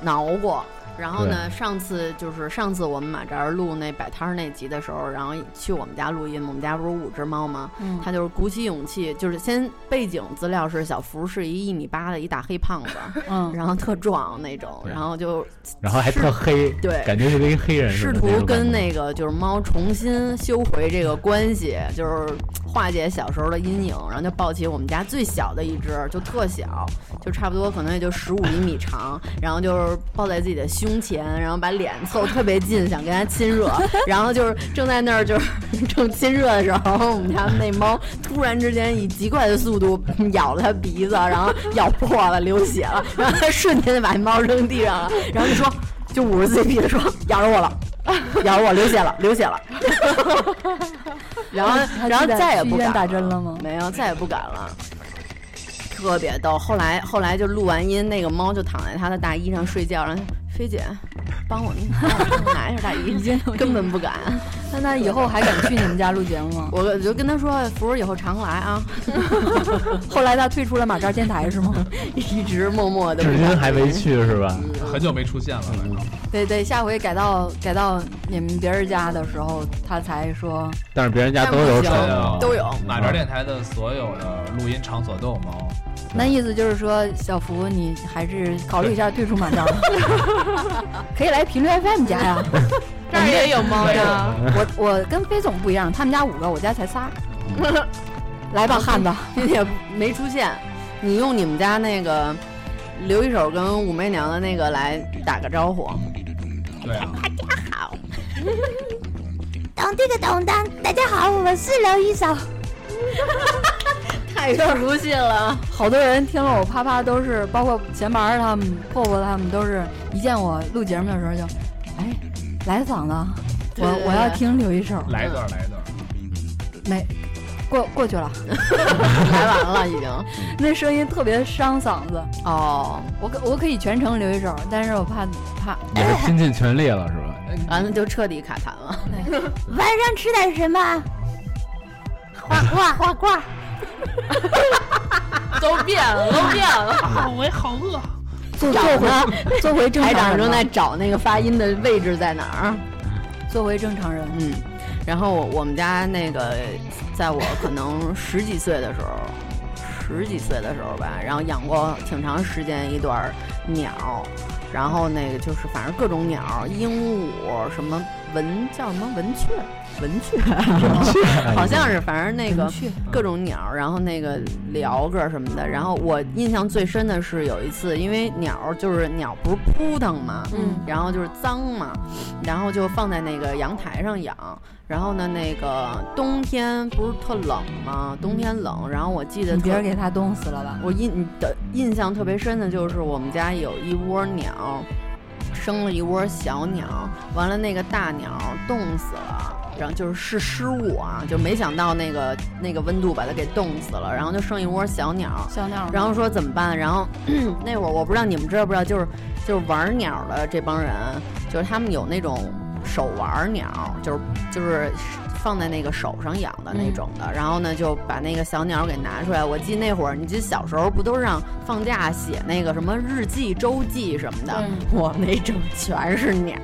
Speaker 3: 挠过。然后呢，上次就是上次我们马扎儿录那摆摊儿那集的时候，然后去我们家录音，我们家不是五只猫吗？
Speaker 2: 嗯，
Speaker 3: 他就是鼓起勇气，就是先背景资料是小福是一一米八的一大黑胖子，
Speaker 2: 嗯，
Speaker 3: 然后特壮那种，
Speaker 5: 对
Speaker 3: 然后就
Speaker 5: 然后还特黑，
Speaker 3: 对
Speaker 5: 感觉就跟一黑人似
Speaker 3: 试
Speaker 5: 的。
Speaker 3: 图跟
Speaker 5: 那种感觉
Speaker 3: 那个就是猫重新修回这个关系，就是化解小时候的阴影，然后就抱起我们家最小的一只，就特小，就差不多可能也就十五厘米长，然后就是抱在自己的胸前，然后把脸凑特别近，想跟它亲热，然后就是正在那儿就是 正亲热的时候，我们家那猫突然之间以极快的速度咬了它鼻子，然后咬破了，流血了，然后它瞬间就把猫扔地上了，然后就说。就捂着自己鼻子说咬着我了，咬着我流血了，流血了。 然后，
Speaker 2: 哎
Speaker 3: 然后再也
Speaker 2: 去
Speaker 3: 不
Speaker 2: 医院
Speaker 3: 敢
Speaker 2: 打针了吗？
Speaker 3: 没有，再也不敢了。特别逗，后来后来就录完音，那个猫就躺在他的大衣上睡觉，然后菲姐帮我，你帮我拿一下大衣，根本不敢。
Speaker 2: 那他以后还敢去你们家录节目 吗？
Speaker 3: 我就跟他说，福儿以后常来啊，
Speaker 2: 后来他退出了马扎电台是吗？
Speaker 3: 一直默默的。
Speaker 5: 至今还没。去是吧？
Speaker 3: 嗯
Speaker 5: 嗯
Speaker 4: 很久没出现了，反正
Speaker 2: 对对，下回改到改到你们别人家的时候，他才说
Speaker 5: 但是别人家都有宠
Speaker 3: 但
Speaker 4: 是
Speaker 5: 物，
Speaker 3: 都有
Speaker 4: 啊马扎电台的所有的录音场所都有猫，
Speaker 2: 那意思就是说，小福，你还是考虑一下退出马扎吧， 可以来频率 FM 家呀。
Speaker 6: 这儿也有猫呀，
Speaker 2: 我我跟飞总不一样，他们家五个，我家才仨。 来吧，汉子，
Speaker 3: 今天也没出现。你用你们家那个留一手跟武媚娘的那个来打个招 呼。
Speaker 4: 对啊，
Speaker 7: 咚滴个咚当，大家好，我是刘一手。
Speaker 3: 太有不信了。
Speaker 2: 好多人听了我啪啪都是，包括前麻儿他们、破破他们都是一见我录节目的时候就，哎，来嗓子，
Speaker 3: 对对
Speaker 2: 我
Speaker 3: 对
Speaker 2: 我要听刘一手，
Speaker 4: 来一段，来一段。
Speaker 2: 没过过去了，
Speaker 3: 来完了已经。
Speaker 2: 那声音特别伤嗓子，
Speaker 3: 哦，
Speaker 2: 我可我可以全程刘一手，但是我怕怕
Speaker 5: 也
Speaker 3: 哎
Speaker 5: 是拼尽全力了，是 吧？
Speaker 3: 完了就彻底卡痰了。
Speaker 2: 晚上吃点什么？
Speaker 3: 花挂花挂，
Speaker 6: 都变了，都变了。
Speaker 2: 做做
Speaker 3: 找
Speaker 2: 回
Speaker 3: 呢
Speaker 2: 做回正
Speaker 3: 台
Speaker 2: 常
Speaker 3: 长
Speaker 2: 人
Speaker 3: 正在
Speaker 2: 吧，
Speaker 3: 找那个发音的位置在哪儿。
Speaker 2: 做回正常人。
Speaker 3: 嗯，然后我我们家那个，在我可能十几岁的时候，十几岁的时候吧，然后养过挺长时间一段儿鸟，然后那个就是反正各种鸟，鹦鹉什么文叫什么文雀，文雀，
Speaker 4: 哎
Speaker 3: 好像是，反正那个
Speaker 2: 去
Speaker 3: 各种鸟儿，然后那个鹩哥什么的。然后我印象最深的是有一次，因为鸟儿就是鸟不是扑腾嘛，
Speaker 2: 嗯
Speaker 3: 然后就是脏嘛，然后就放在那个阳台上养。然后呢，那个冬天不是特冷嘛，冬天冷，然后我记得
Speaker 2: 你别
Speaker 3: 特
Speaker 2: 人给他冻死了吧？
Speaker 3: 我印的印象特别深的就是我们家有一窝鸟，生了一窝小鸟，完了那个大鸟冻死了。然后就是是失误啊，就没想到那个那个温度把它给冻死了，然后就剩一窝小鸟，
Speaker 2: 小鸟，
Speaker 3: 然后说怎么办？然后 那会儿我不知道你们知道不知道，就是就是玩鸟的这帮人，就是他们有那种手玩鸟，就是就是放在那个手上养的那种的。然后呢，就把那个小鸟给拿出来。我记那会儿，你记得小时候不都让放假写那个什么日记、周记什么的？我那整全是鸟，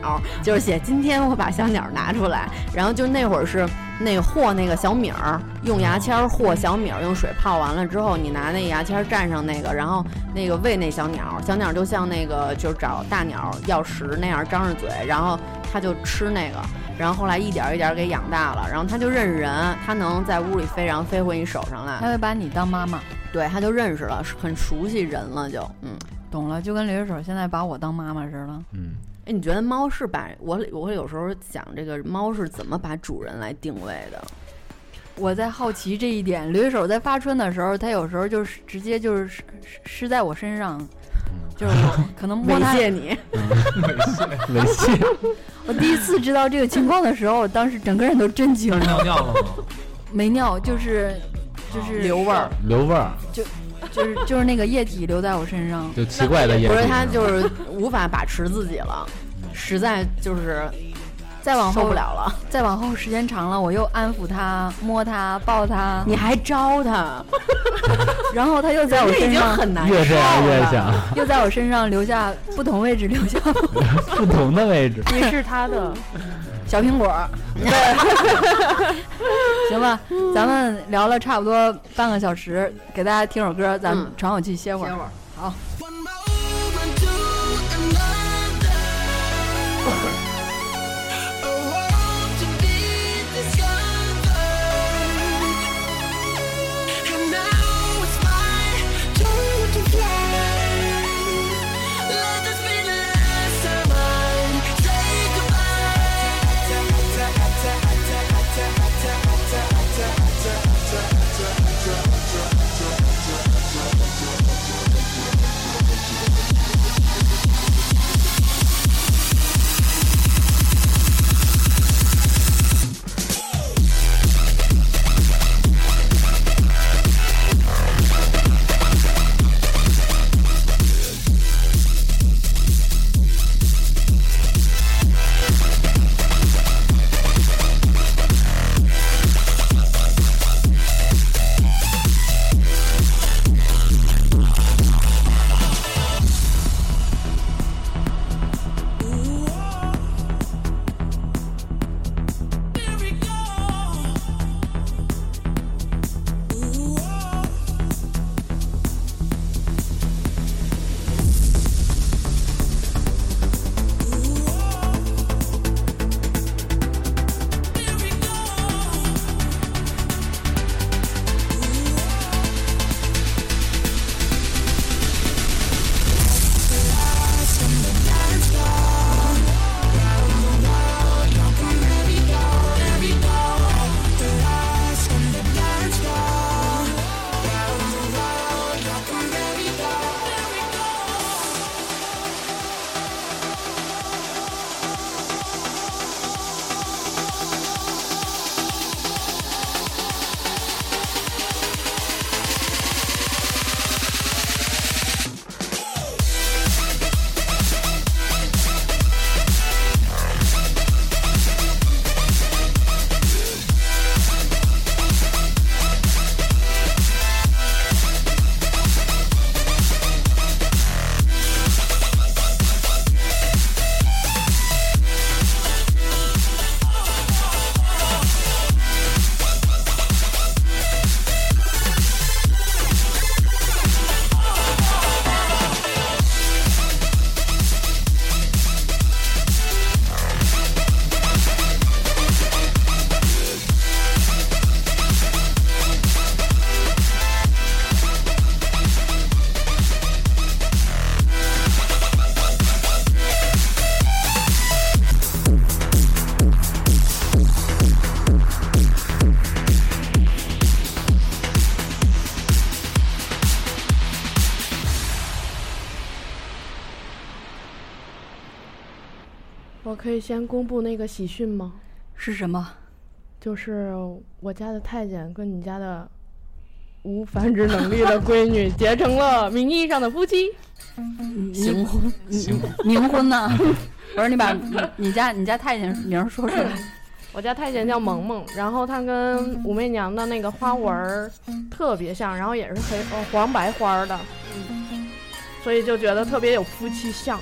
Speaker 3: 就是写今天我把小鸟拿出来，然后就那会儿是那和那个小米儿，用牙签儿和小米儿，用水泡完了之后，你拿那牙签儿蘸上那个，然后那个喂那小鸟，小鸟就像那个就是找大鸟要食那样张着嘴，然后它就吃那个，然后后来一点儿一点儿给养大了，然后它就认识人，它能在屋里飞，然后飞回你手上
Speaker 2: 他
Speaker 3: 来，
Speaker 2: 会把你当妈妈，
Speaker 3: 对，它就认识了，很熟悉人了就，嗯。
Speaker 2: 懂了，就跟刘一手现在把我当妈妈似的。
Speaker 5: 嗯，
Speaker 3: 哎，你觉得猫是把我我有时候想这个猫是怎么把主人来定位的？
Speaker 2: 我在好奇这一点，刘一手在发春的时候，他有时候就是直接就是施施施在我身上，就是我可能摸
Speaker 3: 猥
Speaker 2: 他。
Speaker 3: 亵你，
Speaker 5: 猥亵，
Speaker 2: 我第一次知道这个情况的时候，我当时整个人都震惊
Speaker 4: 但是
Speaker 2: 了，
Speaker 4: 尿尿了吗？
Speaker 2: 没尿，就是 就是
Speaker 3: 留味儿，
Speaker 5: 留味儿，
Speaker 2: 就是就是那个液体留在我身上。
Speaker 5: 就奇怪的液体。
Speaker 3: 不是嗯他就是无法把持自己了，实在就是
Speaker 2: 再往
Speaker 3: 受
Speaker 2: 后
Speaker 3: 不了了。
Speaker 2: 再往后时间长了，我又安抚他，摸他，抱他，
Speaker 3: 你还招 他，
Speaker 2: 然后他又在我
Speaker 3: 人家已
Speaker 2: 身
Speaker 3: 经
Speaker 2: 上，
Speaker 3: 很难受
Speaker 5: 越 这样越
Speaker 3: 了。
Speaker 5: 想
Speaker 2: 又在我身上留下不同位置留下
Speaker 5: 不同的位置。
Speaker 6: 你是他的，
Speaker 2: 小苹果。 行吧，咱们聊了差不多半个小时，给大家听首歌，咱们
Speaker 3: 嗯
Speaker 2: 喘口气歇会儿。
Speaker 3: 儿，
Speaker 1: One moment to another. A world to be discovered. And now it's my turn to play. Let this be the last time I say
Speaker 6: 我可以先公布那个喜讯吗？
Speaker 2: 是什么？
Speaker 6: 就是我家的太监跟你家的无繁殖能力的闺女结成了名义上的夫妻。
Speaker 2: 嗯
Speaker 3: 行婚
Speaker 5: 行，
Speaker 2: 冥婚呢？ 不是你把你你家你家太监名儿说出 来，
Speaker 6: 我家太监叫萌萌，然后她跟武媚娘的那个花纹儿特别像，然后也是黑呃黄白花儿的，所以就觉得特别有夫妻相。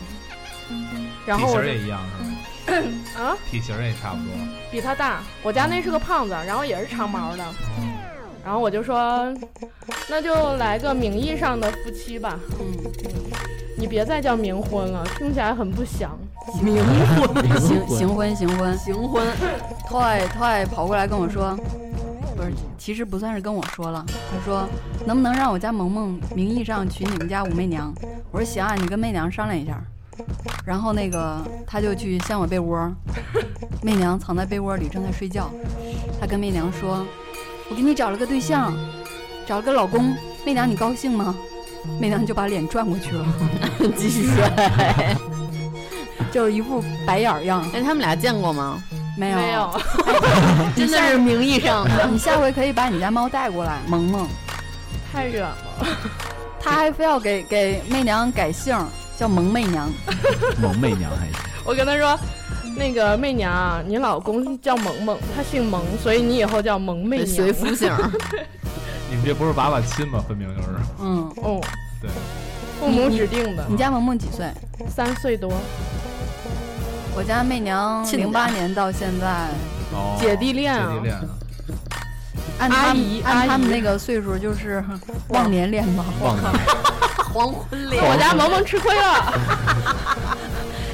Speaker 6: 然
Speaker 4: 体
Speaker 6: 后
Speaker 4: 型
Speaker 6: 我
Speaker 4: 儿
Speaker 6: 就
Speaker 4: 也一样是吗？
Speaker 6: 啊，
Speaker 4: 体型儿也差不多。
Speaker 6: 比她大，我家那是个胖子，然后也是长毛的，然后我就说，那就来个名义上的夫妻吧，
Speaker 2: 嗯
Speaker 6: 你别再叫冥婚了，听起来很不祥。
Speaker 2: 行 行婚行婚
Speaker 3: 行婚，
Speaker 2: ，Toy Toy 跑过来跟我说，不是，其实不算是跟我说了，他说能不能让我家萌萌名义上娶你们家武媚娘？我说行啊，你跟媚娘商量一下。然后那个他就去掀我被窝，媚娘藏在被窝里正在睡觉，他跟媚娘说：“我给你找了个对象，找了个老公，媚娘你高兴吗？”媚娘就把脸转过去了，
Speaker 3: 继续 睡。哎，
Speaker 2: 就是一副白眼儿样。
Speaker 3: 他们俩见过吗？
Speaker 2: 没有，
Speaker 6: 没有，
Speaker 3: 真的是名义上的。
Speaker 2: 你下回可以把你家猫带过来，萌萌。
Speaker 6: 太远了。
Speaker 2: 他还非要给给媚娘改姓，叫萌媚娘。
Speaker 5: 萌媚娘还行，
Speaker 6: 我跟他说，那个媚娘啊，你老公叫萌萌，他姓萌，所以你以后叫萌媚
Speaker 3: 对，
Speaker 6: 娘
Speaker 3: 随。夫姓儿，
Speaker 4: 你们这不是娃娃亲吗？分明就是。
Speaker 2: 嗯，
Speaker 6: 嗯，
Speaker 4: 对，
Speaker 6: 父母指定的，
Speaker 2: 你家萌萌几岁？
Speaker 6: 三岁多，
Speaker 2: 我家媚娘
Speaker 3: 亲家
Speaker 2: 零八年到现在，
Speaker 4: 哦，
Speaker 6: 姐弟恋
Speaker 4: 姐
Speaker 6: 啊
Speaker 4: 弟，恋啊，
Speaker 2: 按他
Speaker 6: 阿姨
Speaker 2: 们按他们
Speaker 6: 阿姨
Speaker 2: 那个岁数就是忘年恋吧。
Speaker 4: 忘了。
Speaker 3: 黄昏
Speaker 4: 嗯
Speaker 3: 恋。
Speaker 6: 我家萌萌吃亏了，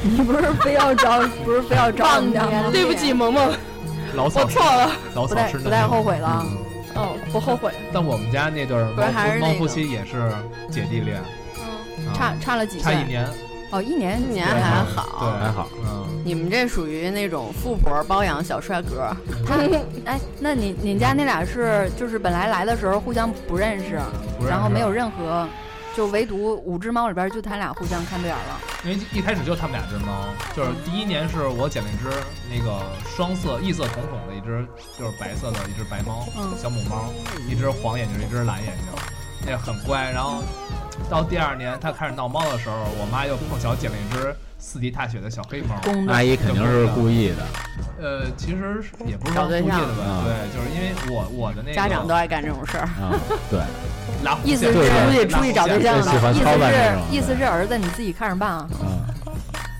Speaker 2: 你不是非要找，不是非要找我们家吗？
Speaker 6: 对不起萌萌，
Speaker 4: 老
Speaker 6: 我
Speaker 4: 嫂
Speaker 6: 错了，
Speaker 4: 老
Speaker 2: 不
Speaker 4: 嫂
Speaker 2: 带
Speaker 4: 是
Speaker 2: 不带后悔了啊
Speaker 4: 嗯
Speaker 6: 哦，不后悔，
Speaker 4: 但我们家那对儿
Speaker 2: 不是还是
Speaker 4: 猫
Speaker 2: 那
Speaker 4: 猫夫
Speaker 2: 个
Speaker 4: 妻也是姐弟恋，啊
Speaker 2: 差差了几
Speaker 4: 差一
Speaker 2: 岁？
Speaker 4: 年，
Speaker 2: 哦，一年
Speaker 3: 一年
Speaker 4: 对
Speaker 3: 还好，
Speaker 4: 对
Speaker 5: 还好。
Speaker 4: 嗯，
Speaker 3: 你们这属于那种富婆包养小帅哥，
Speaker 2: 他 哎，那你你家那俩是就是本来来的时候互相不认识，
Speaker 4: 不认识
Speaker 2: 然后没有，任何，就唯独五只猫里边就他俩互相看对眼了。
Speaker 4: 因为一开始就他们俩只猫，就是第一年是我捡了一只那个双色异色瞳孔的一只，就是白色的一只白猫，
Speaker 2: 嗯
Speaker 4: 小母猫，一只黄眼睛，一只蓝眼睛，那很乖。然后到第二年它开始闹猫的时候，我妈又碰巧捡了一只四蹄踏雪的小黑猫，
Speaker 2: 公的
Speaker 5: 阿姨肯定是故意的，
Speaker 4: 呃，其实是也不是
Speaker 3: 找对
Speaker 4: 说故意的
Speaker 3: 象
Speaker 4: 吧，
Speaker 5: 啊
Speaker 4: 对，就是因为我我的那个
Speaker 3: 家长都爱干这种事儿。
Speaker 5: 啊，对，
Speaker 4: 拉红
Speaker 2: 意思
Speaker 4: 线
Speaker 2: 是
Speaker 4: 拉
Speaker 2: 出
Speaker 5: 去
Speaker 4: 红
Speaker 3: 出去
Speaker 4: 线
Speaker 3: 找对象
Speaker 5: 最喜欢
Speaker 2: 意思
Speaker 5: 操办这
Speaker 2: 是
Speaker 5: 种，
Speaker 2: 意思是儿子你自己看着办啊。
Speaker 5: 嗯，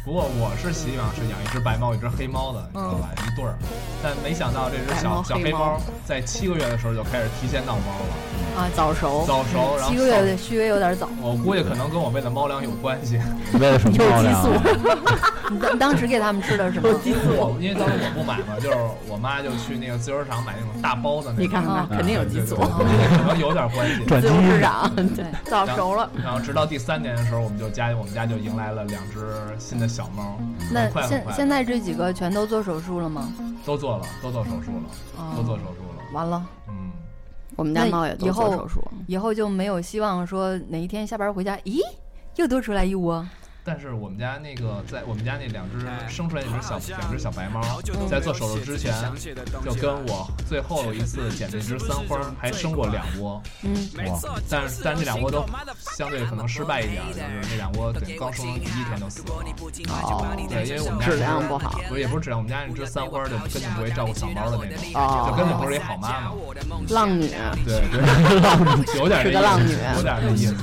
Speaker 4: 不过我是希望是养一只白猫，一只黑猫的，你知道吧？一对儿。但没想到这只
Speaker 3: 嗯白
Speaker 4: 小
Speaker 3: 猫
Speaker 4: 小
Speaker 3: 黑
Speaker 4: 黑
Speaker 3: 猫
Speaker 4: 猫在七个月的时候就开始提前闹猫了，
Speaker 5: 嗯
Speaker 3: 啊，早熟，
Speaker 4: 早熟，然后
Speaker 2: 七个月的虚微有点 早，
Speaker 4: 我估计可能跟我喂的猫粮有关系。
Speaker 5: 为了什么漂亮啊？
Speaker 2: 你当当时给他们吃的是吗？
Speaker 4: 我因为当时我不买嘛，就是我妈就去那个自由市场买那种大包的那种。
Speaker 3: 你看看
Speaker 2: 啊，
Speaker 3: 肯定有
Speaker 4: 对
Speaker 3: 激
Speaker 4: 对
Speaker 3: 素。
Speaker 4: 对我觉得可能有点关系。
Speaker 5: 转基
Speaker 3: 自由
Speaker 5: 因
Speaker 3: 市 场，
Speaker 2: 对，
Speaker 6: 早熟了，
Speaker 4: 然后直到第三年的时候，我们就家我们家就迎来了两只新的小猫，
Speaker 2: 那
Speaker 4: 很快很
Speaker 2: 现
Speaker 4: 快
Speaker 2: 现在这几个全都做手术了吗？啊
Speaker 4: 都做了，都做手术了，都做手术了。
Speaker 2: 完了，
Speaker 4: 嗯，
Speaker 3: 我们家猫也都
Speaker 2: 以后
Speaker 3: 做手术，
Speaker 2: 以后就没有希望说哪一天下班回家，咦，又多出来一窝。啊
Speaker 4: 但是我们家那个在我们家那两只生出来那只小两只小白猫，在做手术之前，就跟我最后一次捡那只三花儿还生过两窝，
Speaker 2: 嗯，
Speaker 5: 哇，
Speaker 4: 但是但是这两窝都相对可能失败一点儿，就是那两窝得刚生完第一啊天就死了。
Speaker 3: 哦，
Speaker 4: 对，因为我们家
Speaker 3: 质量不好。
Speaker 4: 不是也不是质量，我们家那只三花儿就根本不会照顾小猫的那种，就根本
Speaker 3: 哦，
Speaker 4: 不是一好妈妈。
Speaker 3: 浪女，
Speaker 4: 对对，浪女有点
Speaker 3: 是
Speaker 4: 这
Speaker 3: 个
Speaker 4: 意
Speaker 3: 浪女
Speaker 4: 思，有点这意思。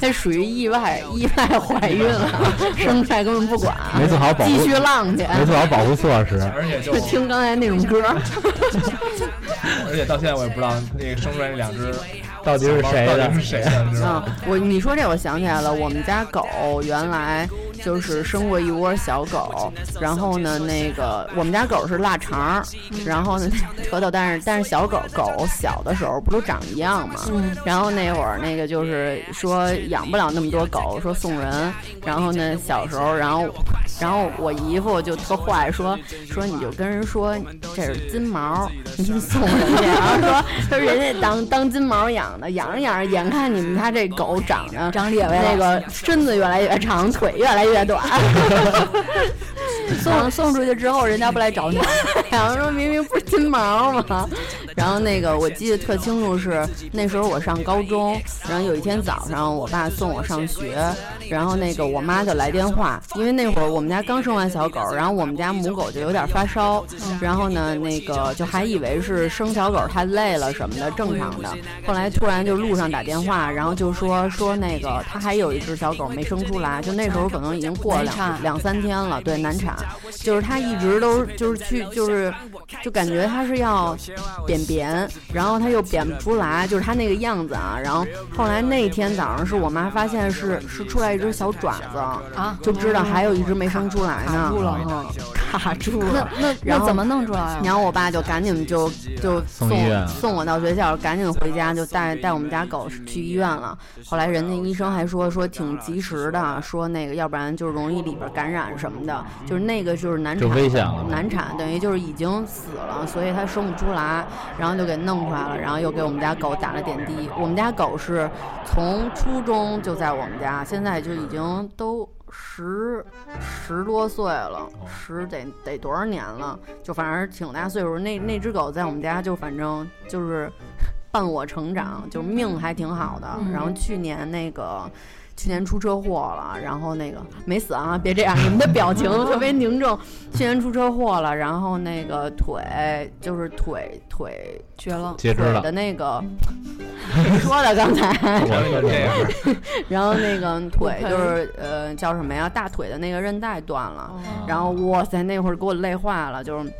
Speaker 3: 这属于意外，意外怀孕了，生出来根本不管，
Speaker 5: 没做好保护
Speaker 3: 继，续浪去。
Speaker 5: 没做好保护措施，
Speaker 4: 而且就
Speaker 3: 就听刚才那种歌，
Speaker 4: 而且到现在我也不知道那个生出来那两只
Speaker 5: 到底是谁
Speaker 4: 到
Speaker 5: 的
Speaker 4: 底？是谁的，知道
Speaker 3: 嗯
Speaker 4: 吗？，
Speaker 3: 我你说这我想起来了，我们家狗原来就是生过一窝小狗，然后呢，那个我们家狗是腊肠儿，然后呢 舌头，但是但是小狗狗小的时候不都长一样嘛，然后那会儿那个就是说养不了那么多狗，说送人，然后呢小时候，然后然后我姨夫就特坏，说说你就跟人说这是金毛，你去送人家，然后说说人家当当金毛养的，养着养着，眼看你们家这狗长着
Speaker 2: 长咧
Speaker 3: 那
Speaker 2: 歪了。
Speaker 3: 个身子越来越长，腿越来越短，
Speaker 2: 送送出去之后，人家不来找你了。
Speaker 3: 然后说明明不是金毛吗？然后那个我记得特清楚是那时候我上高中，然后有一天早上我爸送我上学，然后那个我妈就来电话，因为那会儿我们家刚生完小狗，然后我们家母狗就有点发烧，
Speaker 2: 嗯
Speaker 3: 然后呢那个就还以为是生小狗太累了什么的，正常的。后来突然就路上打电话，然后就说说那个他还有一只小狗没生出来，就那时候可能已经过了
Speaker 2: 难产
Speaker 3: 两两三天了，对，难产。就是他一直都就是去就是就感觉他是要扁扁，然后他又扁不出来，就是他那个样子啊。然后后来那天早上是我妈发现是是出来一只小爪子
Speaker 2: 啊
Speaker 4: 嗯
Speaker 3: 就知道还有一只没生出来
Speaker 2: 卡
Speaker 3: 呢，
Speaker 2: 住了
Speaker 3: 嗯，卡住
Speaker 2: 那
Speaker 3: 了。
Speaker 2: 那
Speaker 3: 然
Speaker 2: 那
Speaker 3: 后
Speaker 2: 怎么弄出来啊？
Speaker 3: 然后我爸就赶紧就就
Speaker 5: 送
Speaker 3: 送
Speaker 5: 医院
Speaker 3: 送我到学校，赶紧回家就带带我们家狗去医院了。后来人家医生还说说挺及时的，说那个要不然就容易里边感染什么的，就是那个就是难
Speaker 5: 就
Speaker 3: 产，
Speaker 5: 危险了
Speaker 3: 难产等于就是已经死了，所以它生不出来，然后就给弄出来了，然后又给我们家狗打了点滴。我们家狗是从初中就在我们家，现在就已经都十十多岁了，
Speaker 5: 哦
Speaker 3: 十得得多少年了，就反正挺大岁数。那那
Speaker 5: 嗯
Speaker 3: 只狗在我们家就反正就是伴我成长，就命还挺好的。
Speaker 2: 嗯
Speaker 3: 然后去年那个。去年出车祸了，然后那个没死啊，别这样，你们的 表情特别凝重。去年出车祸了，然后那个腿就是腿腿
Speaker 2: 绝了！
Speaker 5: 截肢
Speaker 3: 腿
Speaker 5: 了
Speaker 3: 的。那个， 谁说的刚才？
Speaker 5: 我说
Speaker 4: 这样，
Speaker 3: 然后 那个腿
Speaker 6: 盆
Speaker 3: 就是呃叫什么呀？大腿的那个韧带断了，
Speaker 6: 哦
Speaker 3: 然后哇塞，那会儿给我累坏了，就是